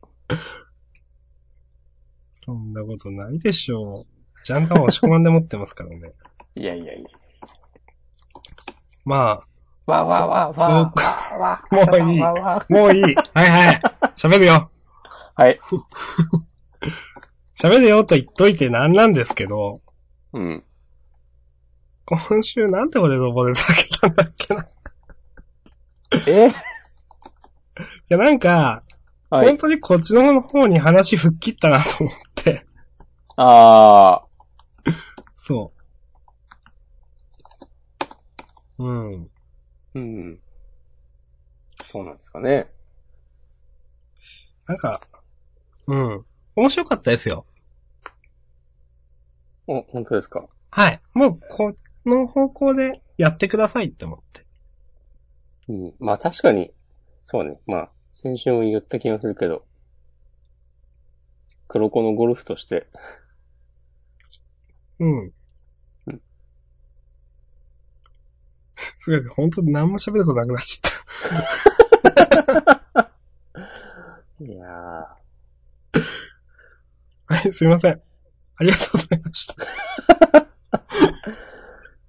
そんなことないでしょう。ジャンダンは押し込まんで持ってますから ね。
いやいやいや。
ま
わわわわ
そう
わわ
もういい
明日さんわわ
あ、もういい。はいはい。喋るよ。
はい。
喋るよと言っといてなんなんですけど、
うん。
今週なんで俺ロボレザ開けたんだっけな。い
え
や、なんか、
は
本
い。
当にこっちの方に話吹っ切ったなと思って。
あー。
そう。うん。
うん。そうなんですかね。
なんか、うん。面白かったですよ。
お、本当ですか。
はい。もう、この方向でやってくださいって思って。
うん。まあ確かに、そうね。まあ、先週も言った気がするけど、黒子のゴルフとして、
うん
うん。
すごい、本当に何も喋ることなくなっちゃった。
いやー、
はい、 すいません。ありがとうございました。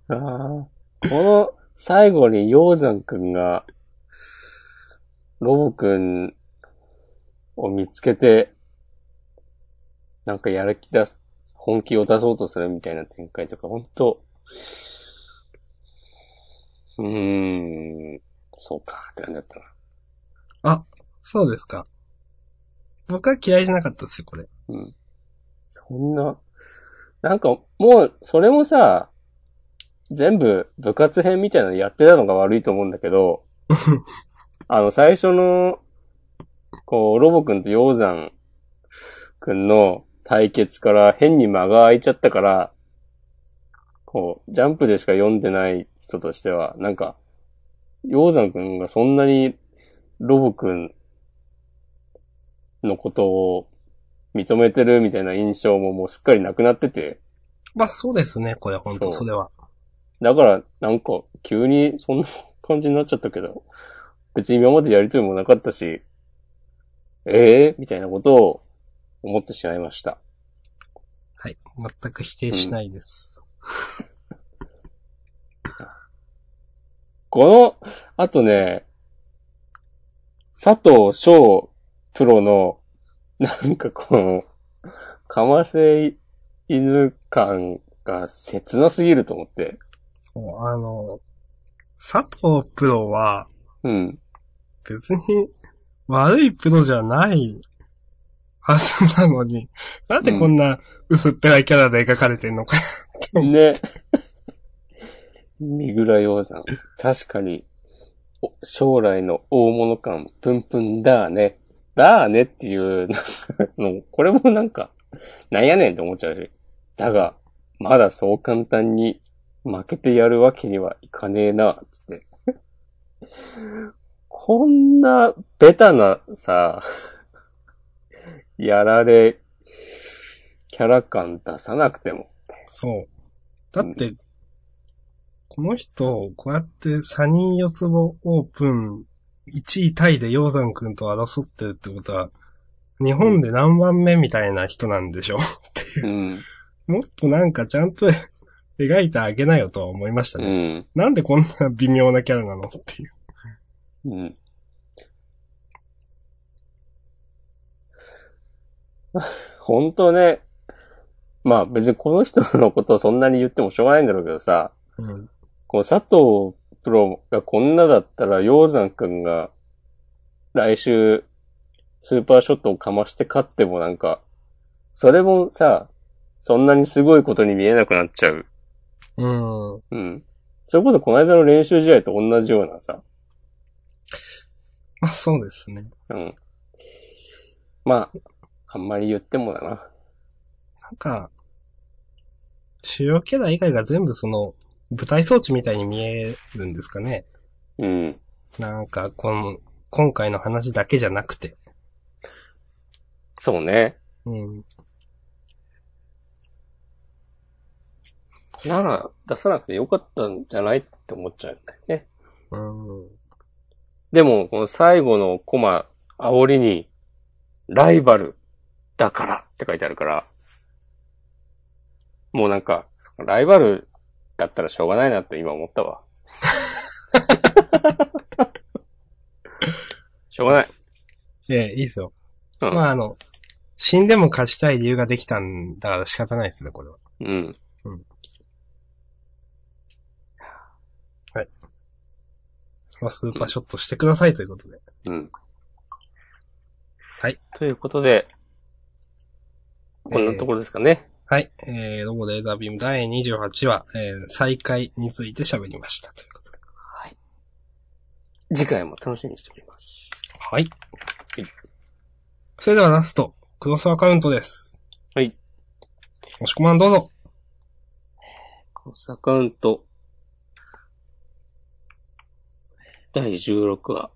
あーこの最後に鷹山くんが、ロボくんを見つけて、なんかやる気出す、本気を出そうとするみたいな展開とか、ほんと、うーん、そうか、って感じだったな。
そうですか。僕は嫌いじゃなかったですよ、これ。
うん。そんな、なんかもう、それもさ、全部部活編みたいなのやってたのが悪いと思うんだけど、あの、最初の、こう、ロボくんと鷹山くんの対決から変に間が空いちゃったから、こう、ジャンプでしか読んでない人としては、なんか、鷹山くんがそんなにロボくんのことを認めてるみたいな印象ももうすっかりなくなってて、
まあそうですね、これ本当
そ
そうれは。
だからなんか急にそんな感じになっちゃったけど、別に今までやりとりもなかったし、ええみたいなことを思ってしまいました。
はい。全く否定しないです。
この、あとね、佐藤翔プロの、なんかこの、かませ犬感が切なすぎると思って。
そう、あの、佐藤プロは
うん。
別に悪いプロじゃないはずなのに、なんでこんな薄っぺらいキャラで描かれてんのか。
ね。三浦洋さん。確かに、お将来の大物感、プンプンだーね。だーねっていう、なんかの、これもなんか、なんやねんって思っちゃうし。だが、まだそう簡単に負けてやるわけにはいかねえな、つって。こんな、ベタな、さ、やられ、キャラ感出さなくても。
そう。だって、この人、こうやってサニー四つ葉オープン1位タイで鷹山くんと争ってるってことは、日本で何番目みたいな人なんでしょ
うん。
もっとなんかちゃんと 描いてあげなよとは思いましたね。
うん。
なんでこんな微妙なキャラなのっていう。
うん。 本当ね。まあ別にこの人のことをそんなに言ってもしょうがないんだろうけどさ、
うん。
この佐藤プロがこんなだったら、鷹山くんが来週スーパーショットをかまして勝ってもなんか、それもさ、そんなにすごいことに見えなくなっちゃう。
うん。
うん。それこそこの間の練習試合と同じようなさ、
まあそうですね。
うん。まあ、あんまり言ってもだな。
なんか、主要キャラ以外が全部その、舞台装置みたいに見えるんですかね。
うん。
なんか、この、今回の話だけじゃなくて。
そうね。
うん。
なら、出さなくてよかったんじゃないって思っちゃうんだよね。
うん。
でも、この最後のコマ、煽りに、ライバルだからって書いてあるから、もうなんか、ライバルだったらしょうがないなって今思った わ。しょうがない。
ええ、いいですよ。
うん。
まああの、死んでも勝ちたい理由ができたんだから仕方ないですね、これは。
うん。
まあスーパーショットしてくださいということで。
うん。
はい。
ということで、こんなところですかね。
はい。えー、ロボレーザービーム第28話、えー、再開について喋りました。ということで。
次回も楽しみにしております。
はい。
はい
それではラスト、クロスアカウントです。
はい。
押し込まんどうぞ。
コスアカウント、第16話、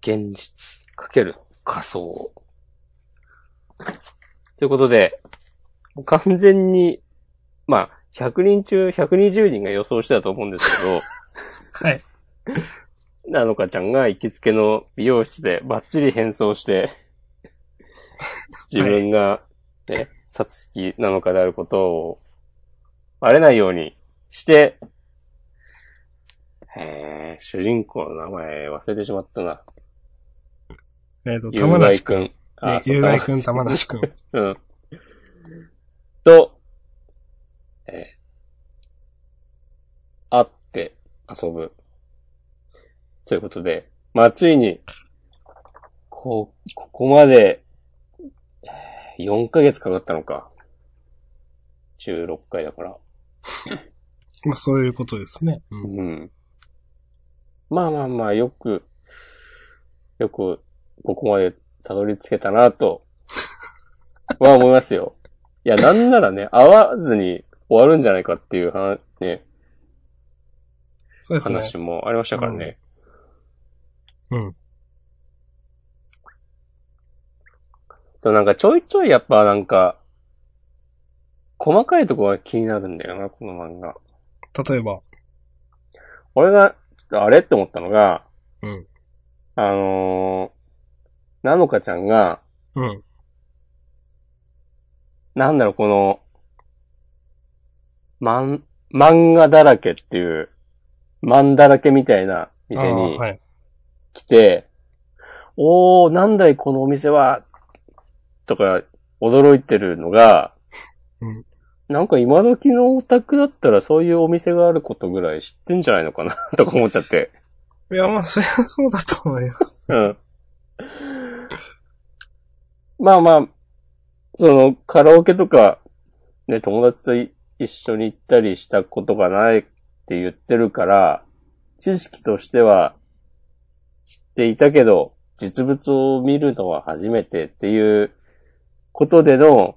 現実かける仮想。ということで、完全に、まあ、100人中120人が予想してたと思うんですけど、
はい。
なのかちゃんが行きつけの美容室でバッチリ変装して、自分が、ね、さつきなのかであることを、バレないようにして、えー、主人公の名前忘れてしまったな。
えっ、ー、と、
ゆう
玉
がい
梨く
く
ん。
ん。あ、そう
ゆう
玉
がい
梨
くん、玉梨 くん。
うん。と、えー会って遊ぶ。ということで、まあ、ついに、こう、ここまで、えー4ヶ月かかったのか。16回だから。
まあそういうことですね。うん。
うん。まあまあまあ、よく、よく、ここまでたどり着けたなと、は思いますよ。いや、なんならね、会わずに終わるんじゃないかっていう話、ね、
そうですね。
話もありましたからね。
うん。
そう、なんかちょいちょいやっぱなんか、細かいとこが気になるんだよな、この漫画。
例えば。
俺が、ちょっとあれって思ったのが、
うん。
あのー、なのかちゃんが、
うん。
なんだろう、この、まん、漫画だらけっていう、漫だらけみたいな店
あー
に
はい。
来て、おー、なんだいこのお店は、とか、驚いてるのが、
うん
なんか今時のオタクだったらそういうお店があることぐらい知ってんじゃないのかなとか思っちゃって。
いや、まあそりゃそうだと思います。
うん。 まあまあ、その、カラオケとか、ね、友達とい一緒に行ったりしたことがないって言ってるから、知識としては知っていたけど、実物を見るのは初めてっていうことでの、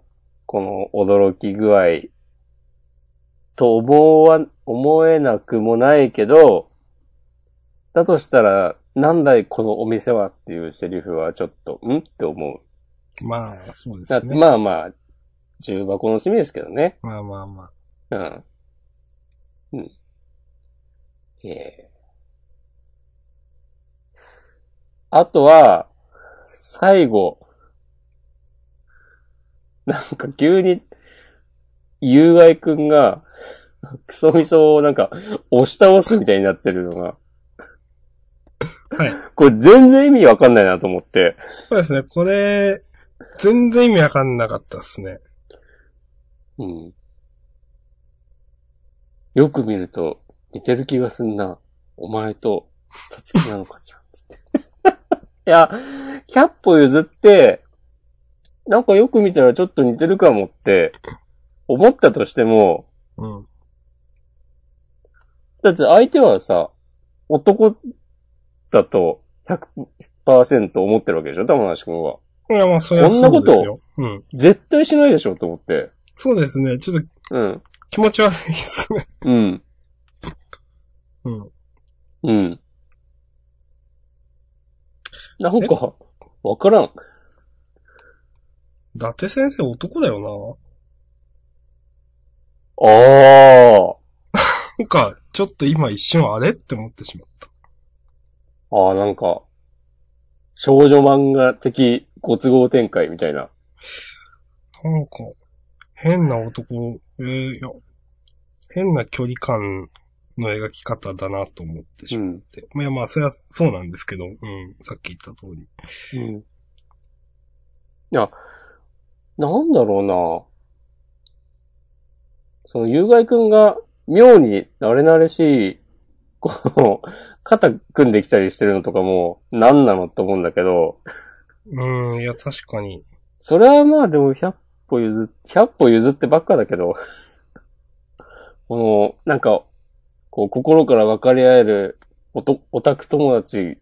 この驚き具合と思わ、思えなくもないけど、だとしたら、なんだいこのお店はっていうセリフはちょっと、んって思う。
まあ、そうで
だ
すね。
まあまあ、重箱の隅ですけどね。
まあまあまあ。
うん。うん。ええ。あとは、最後。なんか急に、有害くんが、クソみそをなんか、押し倒すみたいになってるのが、
はい。
これ全然意味わかんないなと思って。
そうですね。これ、全然意味わかんなかったですね。
うん。よく見ると、似てる気がすんな。お前と、さつきなのかちゃん、つって。 いや、100歩譲って、なんかよく見たらちょっと似てるかもって、思ったとしても、
うん。
だって相手はさ、男だと100%思ってるわけでしょ玉梨くんは。
いや、まあ、それは
こん
そ
な
う
こと
ですよ。うん。
絶対しないでしょと思って。
そうですね。ちょっと
うん。
気持ち悪いですね。
うん。
うん。
うん。なんか、わからん。
伊達先生男だよ
ああ。
な。なんか、ちょっと今一瞬あれって思ってしまった。
ああ、なんか、少女漫画的ご都合展開みたいな。
なんか、変な男、えー、いや、変な距離感の描き方だなと思ってしまっ
ん。
て。まあいや、まあ、それはそうなんですけど、うん、さっき言った通り。
うん。いや、なんだろうな。その、有害くんが妙に慣れ慣れしい、この、肩組んできたりしてるのとかも、なんなのと思うんだけど、
うん、いや、確かに。
それはまあでも100歩譲っ、100歩譲ってばっかだけど、 この、なんか、こう、心から分かり合えるおと、オタク友達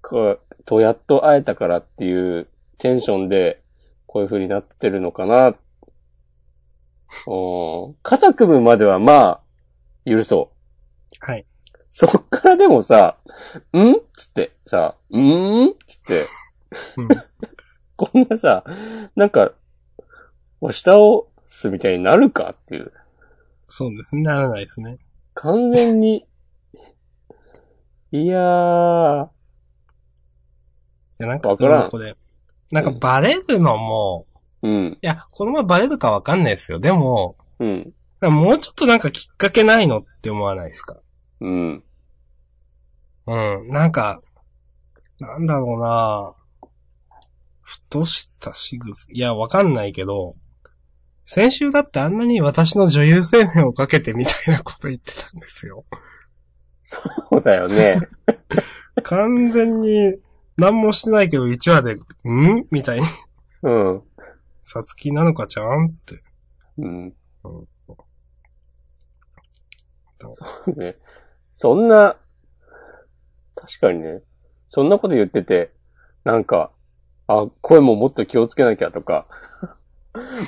か、とやっと会えたからっていうテンションで、こういう風になってるのかな。うん。肩組むまではまあ、許そう。
はい。
そっからでもさ、んつって、さ、うーんつって、
うん。
こんなさ、なんか、下をすみたいになるかっていう。
そうですね、ならないですね。
完全に、いやー、
いや、なんか、
わからん
これ、なんかバレるのも、
うん、
いや、このままバレるかわかんないですよ。でも、
うん、
もうちょっとなんかきっかけないのって思わないですか
うん、
うん。なんか、なんだろうなふとした仕草。いや、わかんないけど、先週だってあんなに私の女優生命をかけてみたいなこと言ってたんですよ。
そうだよね。
完全に、何もしてないけど1話で、んみたいに、
うん、
さつきなのかちゃんって。
うん。
うん
ね、そんな、確かにね、そんなこと言ってて、なんか、あ、声ももっと気をつけなきゃとか、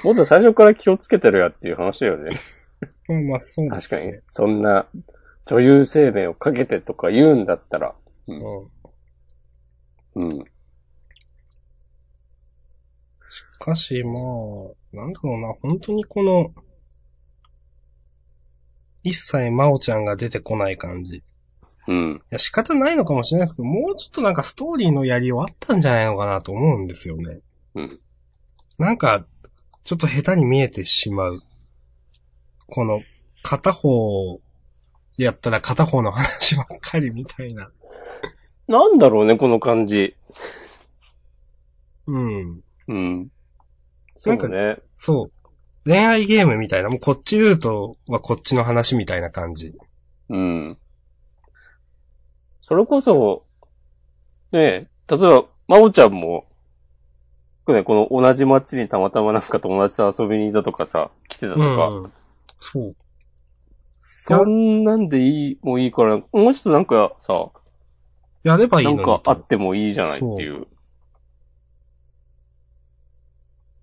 もっと最初から気をつけてるやっていう話だよね。
まあまあ、そうで
確
す
か
ね。
に。そんな、女優生命をかけてとか言うんだったら、
うん。
うん。
しかし、まあ、なんだろうな、本当にこの、一切真央ちゃんが出てこない感じ。
うん。
いや、仕方ないのかもしれないですけど、もうちょっとなんかストーリーのやりようあったんじゃないのかなと思うんですよね。
うん。
なんか、ちょっと下手に見えてしまう。この、片方やったら片方の話ばっかりみたいな。
なんだろうね、この感じ。
うん。
うん。そ
な
うん
か
ね。
そう。恋愛ゲームみたいな、もうこっちルートはこっちの話みたいな感じ。
うん。それこそ、ねえ、例えば、まおちゃんも、ね、この同じ町にたまたまなんか友達と遊びにいたとかさ、来てたと
う
か、
ん。そう。
そんなんでいい、もういいから、もうちょっとなんかさ、
やればいい
な
の
ん
に
か
と。
あってもいいじゃないっていう。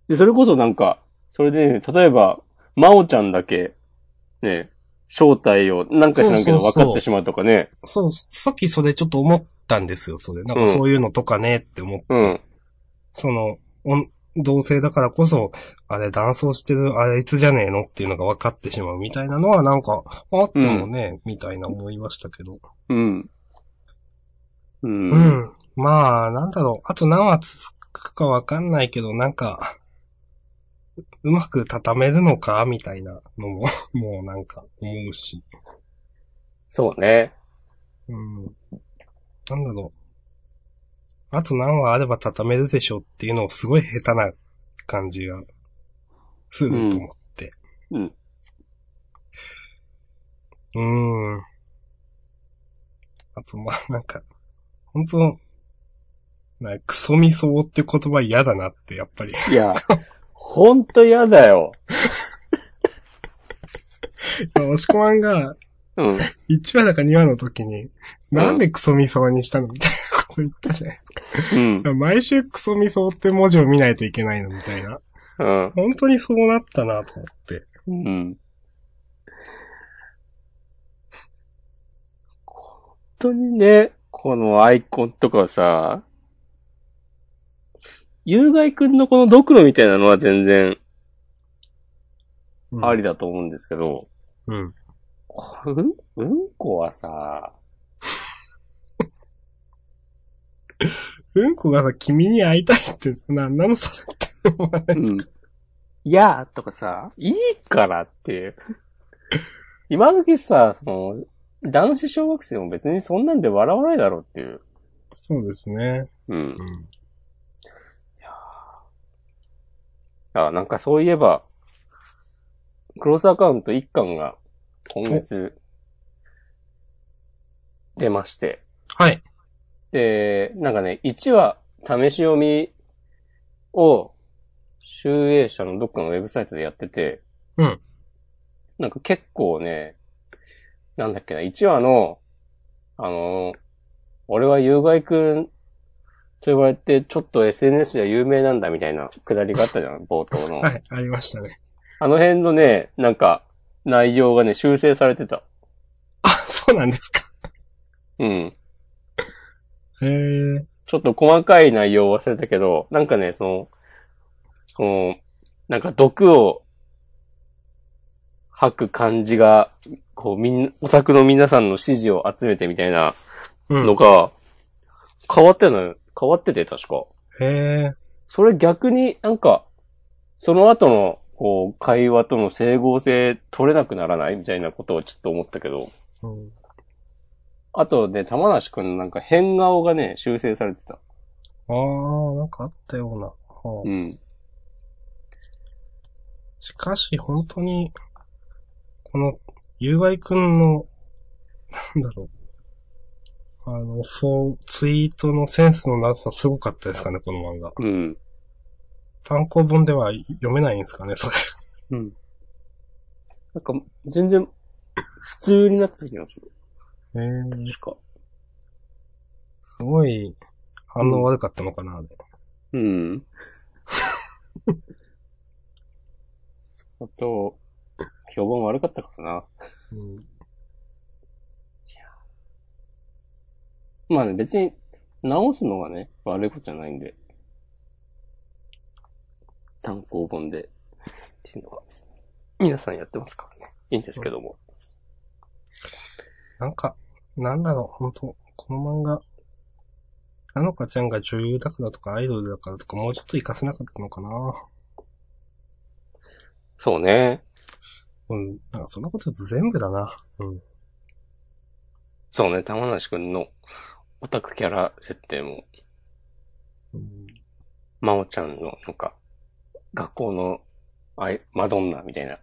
で、それこそなんか、それで、例えば、まおちゃんだけ、ね、正体をなんか知らんけど
そうそ
分
うそう
かってしまうとかね。
そう、さっきそれちょっと思ったんですよ、それ。なんかそういうのとかねって思っ
うん。
その、おん同性だからこそ、あれ、男装してるあいつじゃねえのっていうのが分かってしまうみたいなのは、なんか、あってもね、みたいな思いましたけど。
うん。う。
うんん。まあ、なんだろう。あと何話続くか分かんないけど、なんか、ううまく畳めるのかみたいなのも、 もうなんか思うし。
そうね。
うん。なんだろう。あと何話あれば畳めるでしょっていうのをすごい下手な感じがすると思って。
うん。
うーん。あと、まあ、なんか、本当なんかクソみそって言葉嫌だなって、やっぱり。
いや、ほんと嫌だよ。
押し込まんが、
うん。
1話だか2話の時に、なんでクソミソにしたのみたいなこと言ったじゃないです
うん。
か。毎週クソミソって文字を見ないといけないのみたいな。
うん。
本当にそうなったなと思って。
うん。本当にね、このアイコンとかさ、有害くんのこのドクロみたいなのは全然
うん
ありだと思うんですけど、
うん。
うん、うんこはさ、
うんこがさ、君に会いたいって、なんなのそれって思わない。
うん。いやーとかさ、いいからっていう。今時さ、その、男子小学生も別にそんなんで笑わないだろうっていう。
そうですね。
うん
う。ん。
あ、なんかそういえば、クロスアカウント1巻が今月出まして。
はい。
で、なんかね、1話試し読みを、集英社のどっかのウェブサイトでやってて、
うん。
なんか結構ね、なんだっけな、1話の、あの、俺は有害くんと呼ばれて、ちょっと SNS では有名なんだみたいなくだりがあったじゃん、冒 頭の。
はい、ありましたね。
あの辺のね、なんか、内容がね、修正されてた。
あ、そうなんですか。
うん。
へえ。
ちょっと細かい内容を忘れたけど、なんかね、その、この、なんか毒を吐く感じが、こうみんな、オタクの皆さんの支持を集めてみたいな
うん。
のが、変わってたのよ。変わってて、確か。
へえ。
それ逆になんか、その後の、こう、会話との整合性取れなくならないみたいなことをちょっと思ったけど。
うん。
あとね、玉梨くんのなんか変顔がね、修正されてた。
あー、なんかあったような。はあ
うん。
しかし、本当に、この、ゆうがいくんの、なんだろう。あの、フォー、ツイートのセンスのなさすごかったですかね、この漫画。
うん。
単行本では読めないんですかね、それ。
うん。なんか、全然、普通になった気がする。
えー、
確か。
すごい、反応悪かったのかな、で
うん。 あと、評判悪かったからな。
うん。
まあね、別に、直すのがね、悪いことじゃないんで。単行本で、っていうのは、皆さんやってますからね。いいんですけども。
なんか、なんだろう、本当この漫画、なのかちゃんが女優だからとかアイドルだからとかもうちょっと活かせなかったのかな。
そうね。
うん、なんかそんなこと言うと全部だな。うん。
そうね、玉梨くんのオタクキャラ設定も
うん
まおちゃんの、なんか、学校の、あい、マドンナみたいな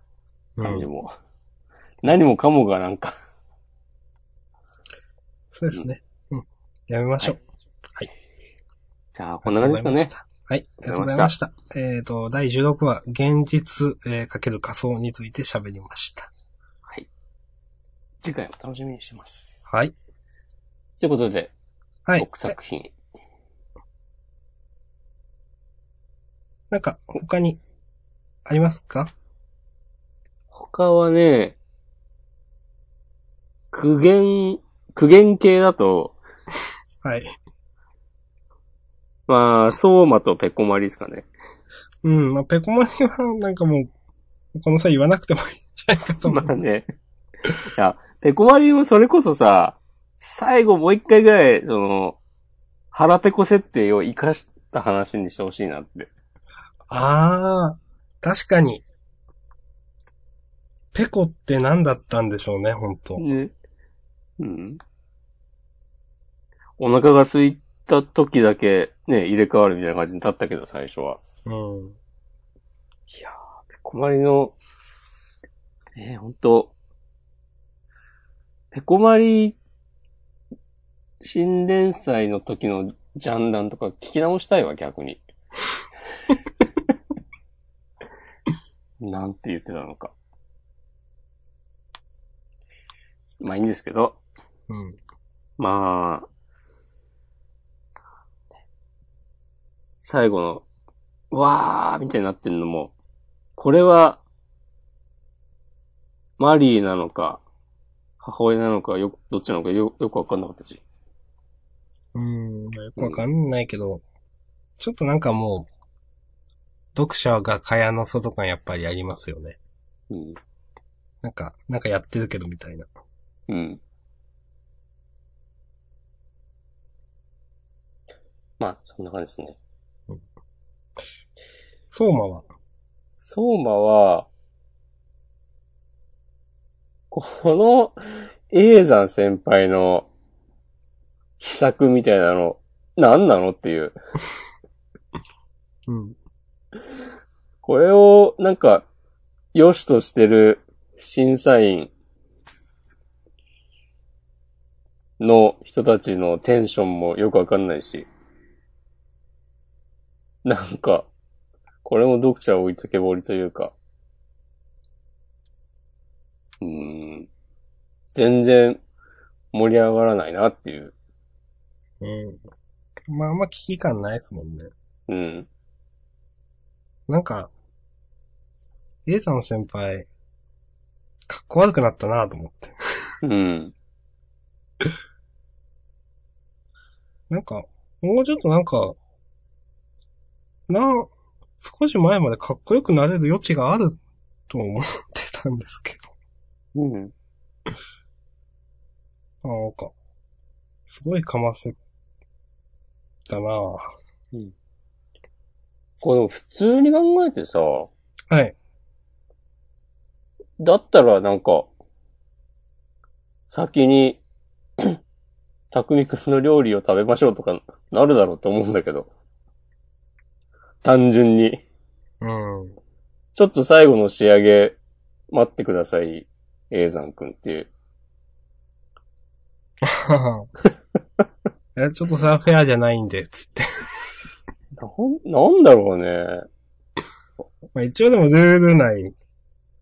感じも。何もかもがなんか、
そうですね。うん。やめましょう。
じゃあ、こんな感じですかね。
はい。ありがとうございました。えっ、と、第16話、現実、えーかける仮想について喋りました。
次回も楽しみにしてます。
はい。
ということで、
はい。
僕作品。
なんか、他に、ありますか
他はね、苦言、苦言系だと、
はい。
まあ、相馬とペコマリですかね。
うん。まあ、ペコマニは、なんかもう、この際言わなくてもいいんじゃないかと思
ま
う。
あね。いや、ペコマリもそれこそさ、最後もう一回ぐらい、その、腹ペコ設定を活かした話にしてほしいなって。
あー、確かに。ペコって何だったんでしょうね、本当
ね。うん。お腹が空いた時だけ、ね、入れ替わるみたいな感じに立ったけど、最初は。
うん。
いやー、ペコマリの、えー、ほんと、ペコマリ、新連載の時のジャンダンとか聞き直したいわ、逆に。なんて言ってたのか。まあいいんですけど、
うん。
まあ、最後の、わーみたいになってるのも、これは、マリーなのか、母親なのか、よ、どっちなのかよ、よくわかんなかったし。
うん、よくわかんないけど、ちょっとなんかもう、読者が蚊帳の外感やっぱりありますよね。
うん。
なんか、なんかやってるけどみたいな。
うん。まあ、そんな感じですね。
相馬は。
相馬は、この、永山先輩の、秘策みたいなの、何なのっていう。
うん。
これを、なんか、良しとしてる審査員の人たちのテンションもよくわかんないし。なんか、これも読者を置いたけぼりというか。うーん。全然盛り上がらないなっていう。
うん。まああんま危機感ないですもんね。
うん。
なんか、エイさん先輩、かっこ悪くなったなと思って。
うん。
なんか、もうちょっとなんか、なん、少し前までかっこよくなれる余地があると思ってたんですけ
うん。
ど。 なんか、すごいかませたなぁ
これ普通に考えてさ、
はい。
だったらなんか、先に、 匠くんの料理を食べましょうとかなるだろうと思うんだけど。単純に。
うん。
ちょっと最後の仕上げ、待ってください、永山くんっていう。
え、ちょっとさ、フェアじゃないんで、つって。
なん、なんだろうね。
まあ一応でもルール内、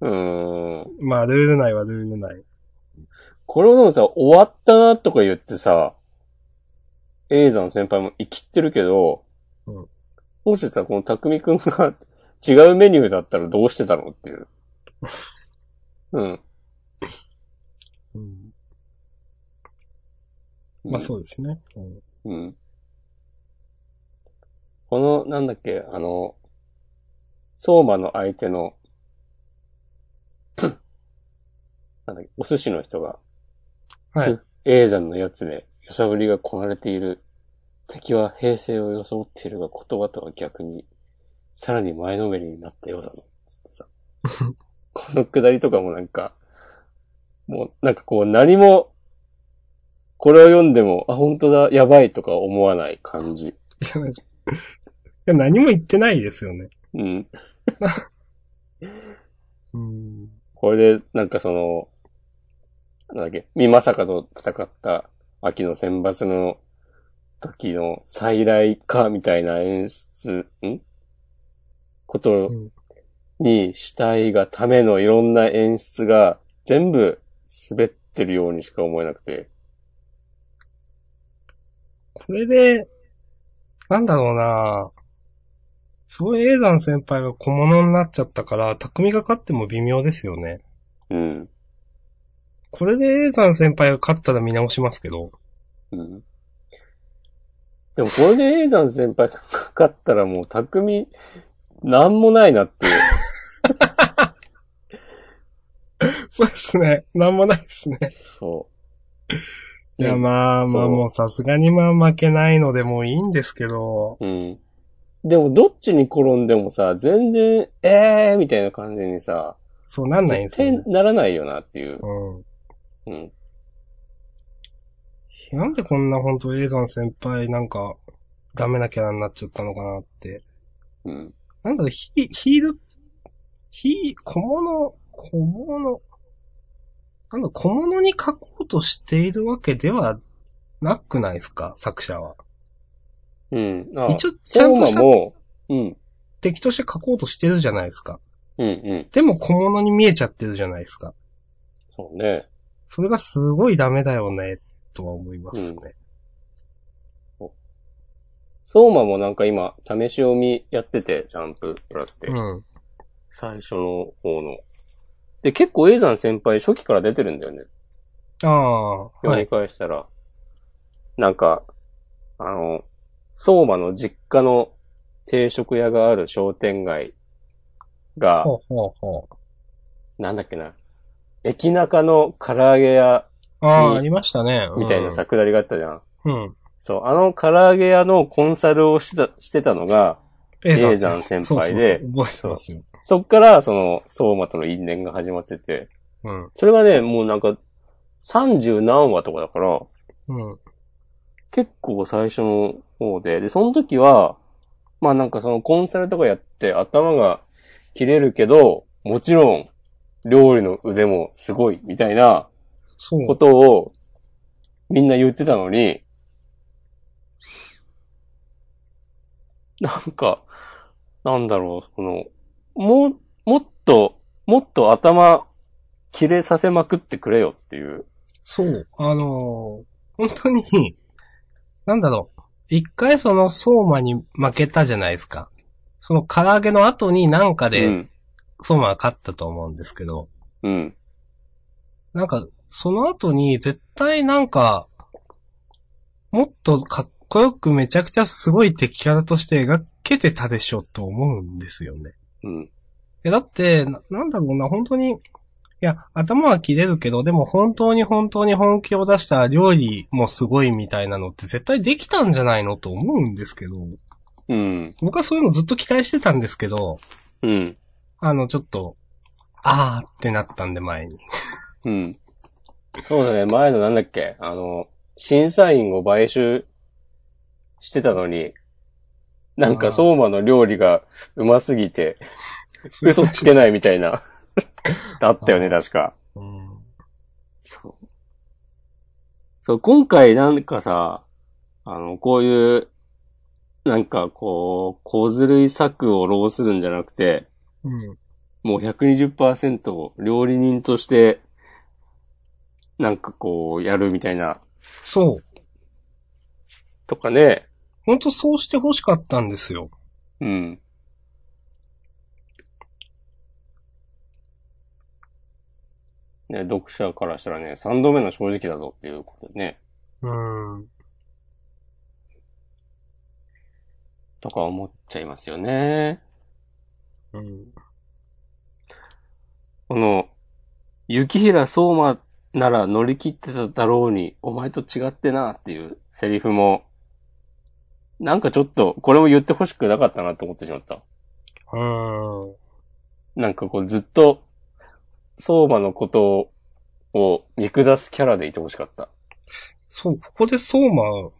うーん。
まあルール内はルール内。
これをでもさ、終わったなとか言ってさ、永山先輩も生きってるけど、
うん
もしさ、この匠くんが 違うメニューだったらどうしてたのって いう。うん。
うん。まあそうですね。うん
うん。この、なんだっけ、あの、相馬の相手の、 なんだっけ、お寿司の人が、
はい。
永山のやつめ、揺さぶりがこなれている。敵は平成を装っているが言葉とは逆に、さらに前のめりになったようだぞ。つ ってさ。このくだりとかもなんか、もうなんかこう何も、これを読んでも、あ、本当だ、やばいとか思わない感じ。
いやなんかいや、何も言ってないですよね。
うん。
うん。
これで、なんかその、なんだっけ、美まさかと戦った秋の選抜の時の再来か、みたいな演出、んこと
うん
にしたいがためのいろんな演出が全部滑ってるようにしか思えなくて。
これで、なんだろうなすごい永山先輩が小物になっちゃったから、匠が勝っても微妙ですよね。
うん。
これで永山先輩が勝ったら見直しますけど。
うん。でもこれで永山先輩がかかったらもう匠、なんもないなっていう。
そうですね。なんもないですね。
そう。
いや、まあ
そう
まあもうさすがにまあ負けないのでもういいんですけど。
うん。でも、どっちに転んでもさ、全然、えーみたいな感じにさ、
そうなんないんで
絶
すよ、
対
ね。
ならないよなっていう。
うん。
うん。
なんでこんな本当永山先輩なんか、ダメなキャラになっちゃったのかなって。
うん。
なんだろう、ヒヒール、ヒー、小物、小物、なんだ、小物に書こうとしているわけではなくないですか、作者は。
うん。あ
一応、ちゃんとした
相馬も、うん。
敵として書こうとしてるじゃないですか。
うんうん。
でも小物に見えちゃってるじゃないですか。
そうね。
それがすごいダメだよね、とは思いますね。
相馬もなんか今、試し読みやってて、ジャンププラスで。
うん。
最初の方の。で、結構永山先輩初期から出てるんだよね。
ああ、
読
は
み
い。
返したら。なんか、あの、相馬の実家の定食屋がある商店街が、
ほうほうほう。
なんだっけな、駅中の唐揚げ屋
あ
い
あ、
い
ありましたね。うん
みたいなさ、。くだりがあったじゃん。
うん。
そう、あの唐揚げ屋のコンサルをしてたしてたのが、
え
永山先
そう
輩
そう
で、
そう覚えてますよ。
そっからその相馬との因縁が始まってて、
うん。
それがね、もうなんか、30何話とかだから、
うん。
結構最初の方で、で、その時は、まあなんかそのコンサルとかやって頭が切れるけど、もちろん料理の腕もすごいみたいな
そう。
ことをみんな言ってたのに、なんか、なんだろう、その、もう、もっと、もっと頭切れさせまくってくれよっていう。
そう。あのー本当に、なんだろう。一回その相馬に負けたじゃないですか。その唐揚げの後になんか
う
で
ん。
相馬は勝ったと思うんですけど、
うん。
なんか、その後に絶対なんか、もっとかっこよくめちゃくちゃすごい敵キャラとして描けてたでしょと思うんですよね。
うん。
え、だって、ななんだろうな、本当に、いや、頭は切れるけど、でも本当に本当に本気を出した料理もすごいみたいなのって絶対できたんじゃないのと思うんですけど、
うん。
僕はそういうのずっと期待してたんですけど、
うん。
あの、ちょっと、あーってなったんで前に。
うん。そうだね、前のなんだっけ、あの、審査員を買収してたのに、なん
あ
か
ー
相馬の料理がうますぎて、嘘つけないみたい な、だったよね、確か。
うん。
そう。そう、今回なんかさ、あの、こういう、なんかこう、小ずるい策を浪するんじゃなくて、
うん。
もう120%料理人として、なんかこう、やるみたいな、
そう。
とかね。
ほんとそうして欲しかったんですよ。
うん。ね、読者からしたらね、3度目の正直だぞっていうことでね。
うん。
とか思っちゃいますよね。
うん。
この、雪平相馬なら乗り切ってただろうに、お前と違ってなっていうセリフも、なんかちょっと、これも言ってほしくなかったなと思ってしまった。
うん。
なんかこうずっと、相馬のことを見下すキャラでいてほしかった。
そう、ここで相馬を、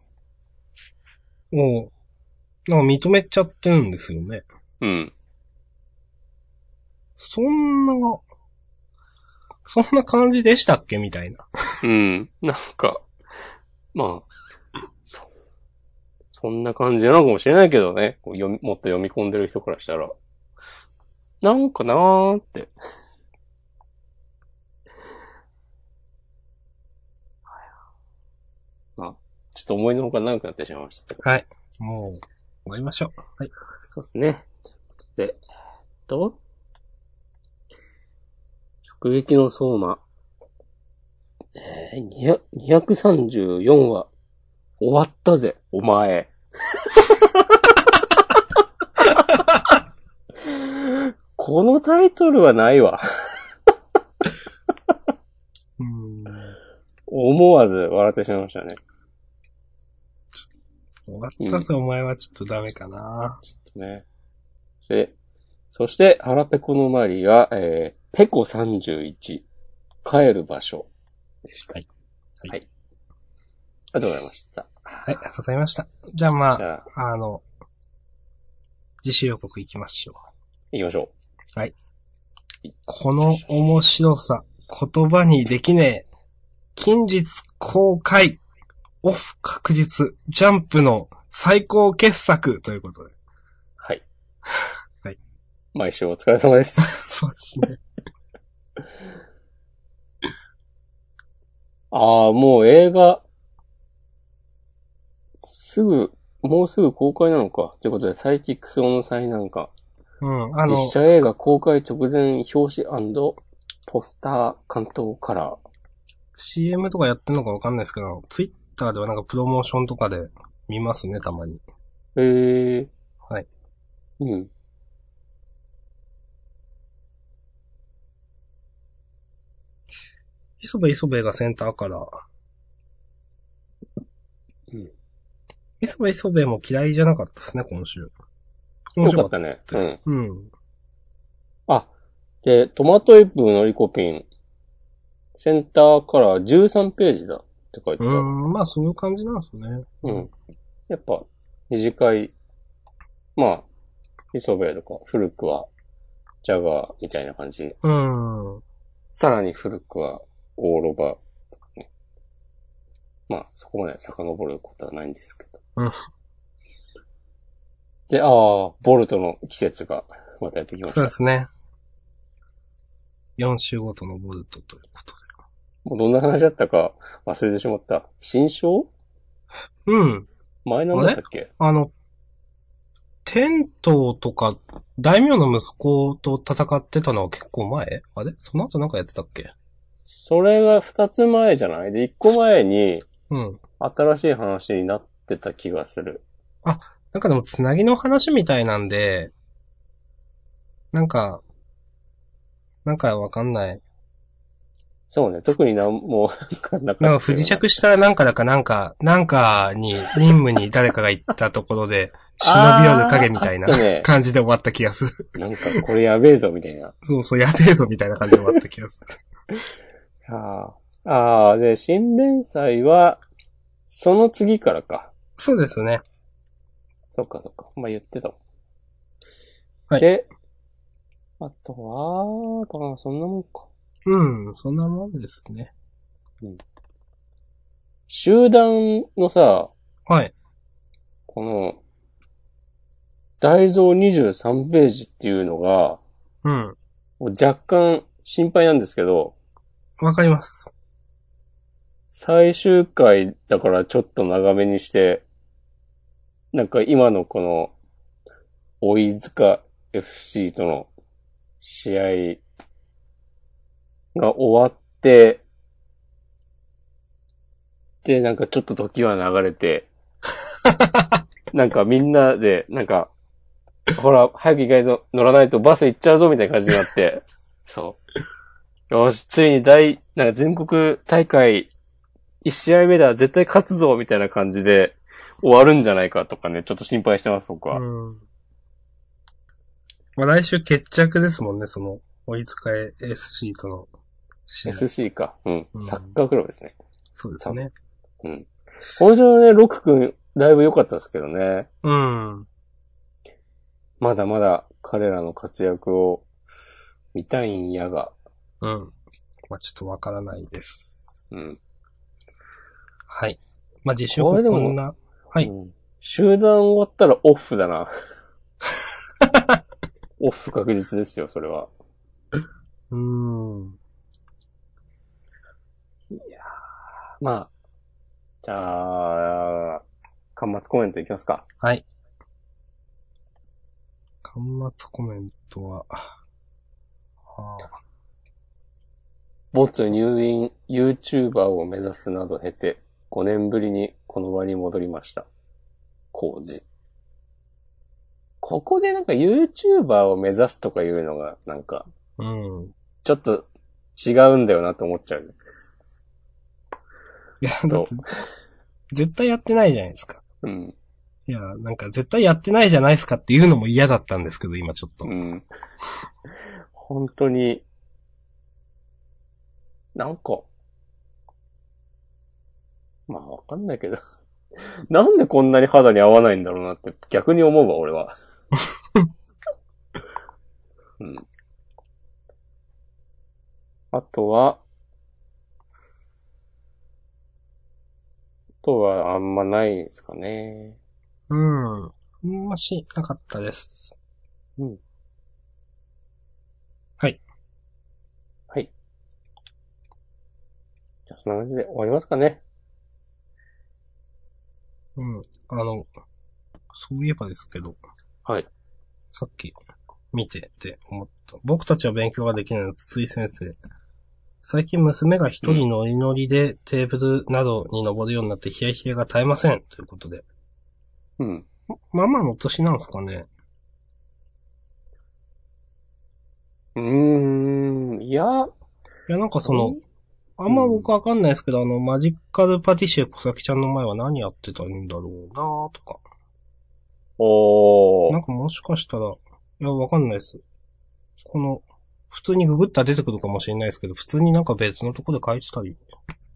なんか認めちゃってるんですよね。
うん。
そんな、そんな感じでしたっけみたいな。
うん。なんか、まあ、そ、そんな感じなのかもしれないけどね。こう読みもっと読み込んでる人からしたら。なんかなー って。まあ、ちょっと思いのほか長くなってしまいました。
もう、終わりましょう。はい。
そうですね。ということで、えーっと、直撃の相馬、えーにゃ、234話、終わったぜ、お前。 このタイトルはないわ。
うん。
思わず笑ってしまいましたね。
終わったぜ、お前はちょっとダメかな。
ね。で、そして、腹ペコのマリが、えー、ペコ31、帰る場所でした。
はいはい
はい。ありがとうございました。
はい、ありがとうございました。じゃあま
じゃあ、
あ、あの、自主予告行きましょう。
行きましょ
この面白さ、言葉にできねえ。近日公開、オフ確実、ジャンプの最高傑作ということ で。
う。はい。
はい。
毎週お疲れ様です。
そうですね。
ああ、もう映画、すぐ、もうすぐ公開なのか。ということで、サイキックスオンサイなんか、
うん、あの、
実写映画公開直前表紙ポスター関東カラー。
CM とかやってんのかわかんないですけど、ツイッターではなんかプロモーションとかで見ますね、たまに。
ええ
はい。
うん。
磯部磯部がセンターから。
うん
磯部磯部も嫌いじゃなかったですね、今週。面
よか
白
っ
かった
ね。
た
う
で
ん
す。。うん。
あ、で、トマトイプのリコピン、センターカラー13ページだって書いて
う
た。
ん、まあそういう感じなんですね。
うん。やっぱ、短い、まあ、磯部とか、古くは、ジャガーみたいな感じ。
うん。う
さらに古くは、オーロバとかね。まあ、そこまで遡ることはないんですけど。
うん
で、ああ、ボルトの季節が、またやってきま
ん。
し
そう
た
で。すね。4週ごとのボルトということで。
もうどんな話だったか忘れてしまった。新章
うん。
前なんだったっけ
あの、天東とか、大名の息子と戦ってたのは結構前あれその後なんかやってたっけ
それが二つ前じゃないで、一個前に
うん。
新しい話になってた気がする。
なんかでも、つなぎの話みたいなんで、なんか、なんかわかんない。
そうね、特になんもなんかなかった
なん
よ
か、不時着したなんかだかなんか、なんかに、任務に誰かが行ったところで、忍び寄る影みたいな
あーあったね
感じで終わった気がする。
なんかこれやべえぞ、みたいな。
そうそう、やべえぞみたいな感じで終わった気がする。
ああ。ああ、で、新連載は、その次からか。
そうですね。
そっかそっか。まあ、言ってたもん。
はい
で、あとは、まあ、そんなもんか。
うん、そんなもんですね。
集団のさ、
はい。
この、大蔵23ページっていうのが、
うん。
もう若干心配なんですけど、
わかります。
最終回だからちょっと長めにして、なんか今のこの、追い塚 FC との試合が終わって、で、なんかちょっと時は流れて、なんかみんなで、なんか、ほら、早く行かないぞ、乗らないとバス行っちゃうぞみたいな感じになって、そう。よし、ついに大、なんか全国大会一試合目だ、絶対勝つぞ、みたいな感じで終わるんじゃないかとかね、ちょっと心配してます、僕は。
うん。まあ来週決着ですもんね、その、追いつかえ SC との試合。
SC か。うん
う。ん
サッカークラブですね。
そうですね。
うん。今週のね、ロック君、だいぶ良かったですけどね。
うん。
まだまだ彼らの活躍を見たいんやが。
うん。まあちょっとわからないです。
うん。
はい。まあ次週
こ
こ
れでも
んな、はい
うん集団終わったらオフだな。 オフ確実ですよ、それは。
うん。
まあ。じゃあ、巻末コメントいきますか。
はい。端末コメントは、ああ
没入院 YouTuber を目指すなど経て、5年ぶりにこの場に戻りました。工事。ここでなんか YouTuber を目指すとかいうのが、なんか、
うん。
ちょっと違うんだよなと思っちゃうね。
いや、だって、絶対やってないじゃないですか。
うん。
いや、なんか絶対やってないじゃないですかっていうのも嫌だったんですけど、今ちょっと。
うん。本当に、なんか、まあわかんないけど、 なんでこんなに肌に合わないんだろうなって逆に思うわ、俺 は。うん。あとは、あとはあんまないですかね。
うん。まあ、し、なかったです。
はい。じゃあそんな感じで終わりますかね。
うん。あの、そういえばですけど、
はい。
さっき見てて思った。僕たちは勉強ができないの、筒井先生。最近娘が一人ノリノリでテーブルなどに登るようになってヒヤヒヤが絶えません。ということで。
うん。
まあまあの年なんですかね。
うーん、いや、
いや、なんかその、
うん
あんま僕わかんないですけど、あの、マジカルパティシエ小崎ちゃんの前は何やってたんだろうなーとか。
お
な
ー
ん。かもしかしたら、いや、わかんないです。この、普通にググったら出てくるかもしれないですけど、普通になんか別のとこで書いてたり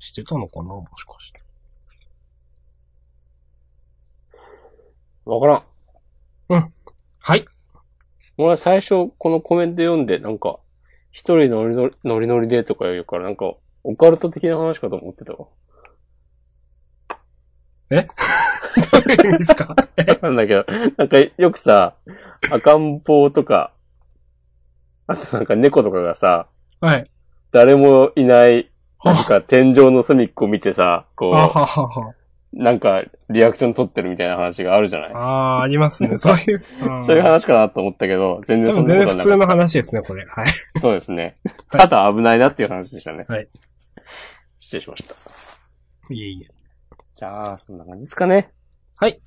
してたのかなもしかして。
わからん。
はい
俺最初このコメント読んで、なんか、一人ノリノリノリノリでとか言うから、なんか、オカルト的な話かと思ってたわ。
どう いう意味ですか
なんだけど、なんかよくさ、赤ん坊とか、あとなんか猫とかがさ、
はい。
誰もいない、
あ
なんか天井の隅っこ見てさ、
あ
こ
ははは。
う、なんかリアクション取ってるみたいな話があるじゃない
ああー、あります ね。そういう。ん
そういう話かなと思ったけど、全
多
然そ
分
んなことは
全然普
な
通
か
の
っ
話ですね、これ。はい。
た。そうですね。
はい
ただ危ないなっていう話でしたね。
はい。
失礼しました。
いえい
じゃあ、そんな感じですかね。
はい。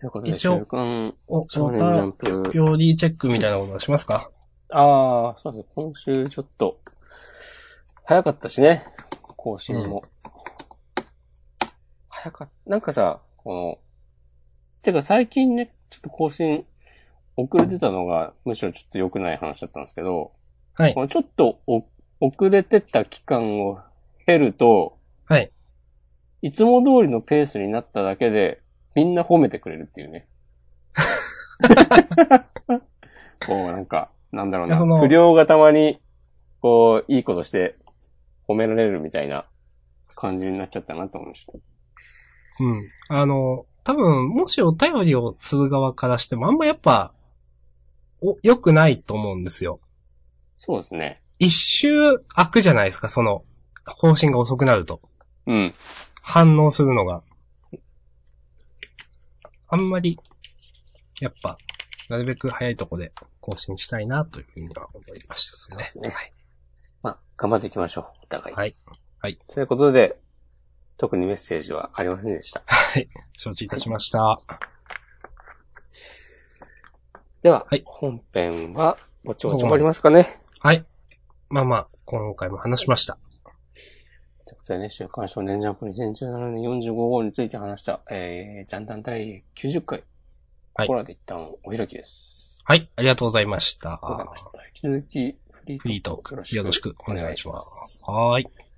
ということで、
一応
週刊
え。お、
少年
ま
ジャンプ。
た、料理チェックみたいなことはしますか
ああ、そうですね。今週ちょっと、早かったしね。更新も。早かった。なんかさ、この、てか最近ね、ちょっと更新遅れてたのが、むしろちょっと良くない話だったんですけど、
はい
こ。のちょっとお遅れてた期間を経ると、
はい。
いつも通りのペースになっただけで、みんな褒めてくれるっていう ね。こう、なんか、なんだろう
いや
な。
その
不良がたまに、こう、いいことして、褒められるみたいな感じになっちゃったなと思いました。
うん。あの、多分、もしお便りをする側からしても、あんまやっぱ、お、良くないと思うんですよ。
そうですね。
一周開くじゃないですか、その、方針が遅くなると。
うん。
反応するのが。あんまり、やっぱ、なるべく早いとこで更新したいなというふうには思いましたね。
ねまあ、頑張っていきましょう。お互い。
はい。はい。
ということで、特にメッセージはありませんでした。
承知いたしました。
では、
はい
本編は、ぼちぼち終わりますかね。
はい。まあまあ、今回も話しました。
ということでね、週刊少年ジャンプ2017年45号について話した、えー、ジャンダン第90回。
はい
ここらで一旦お開きです。
はい。ありがとうございました。
ありがとうございました。引き続き、フリー
フリートーク、よろしくお願いしますす。はーい。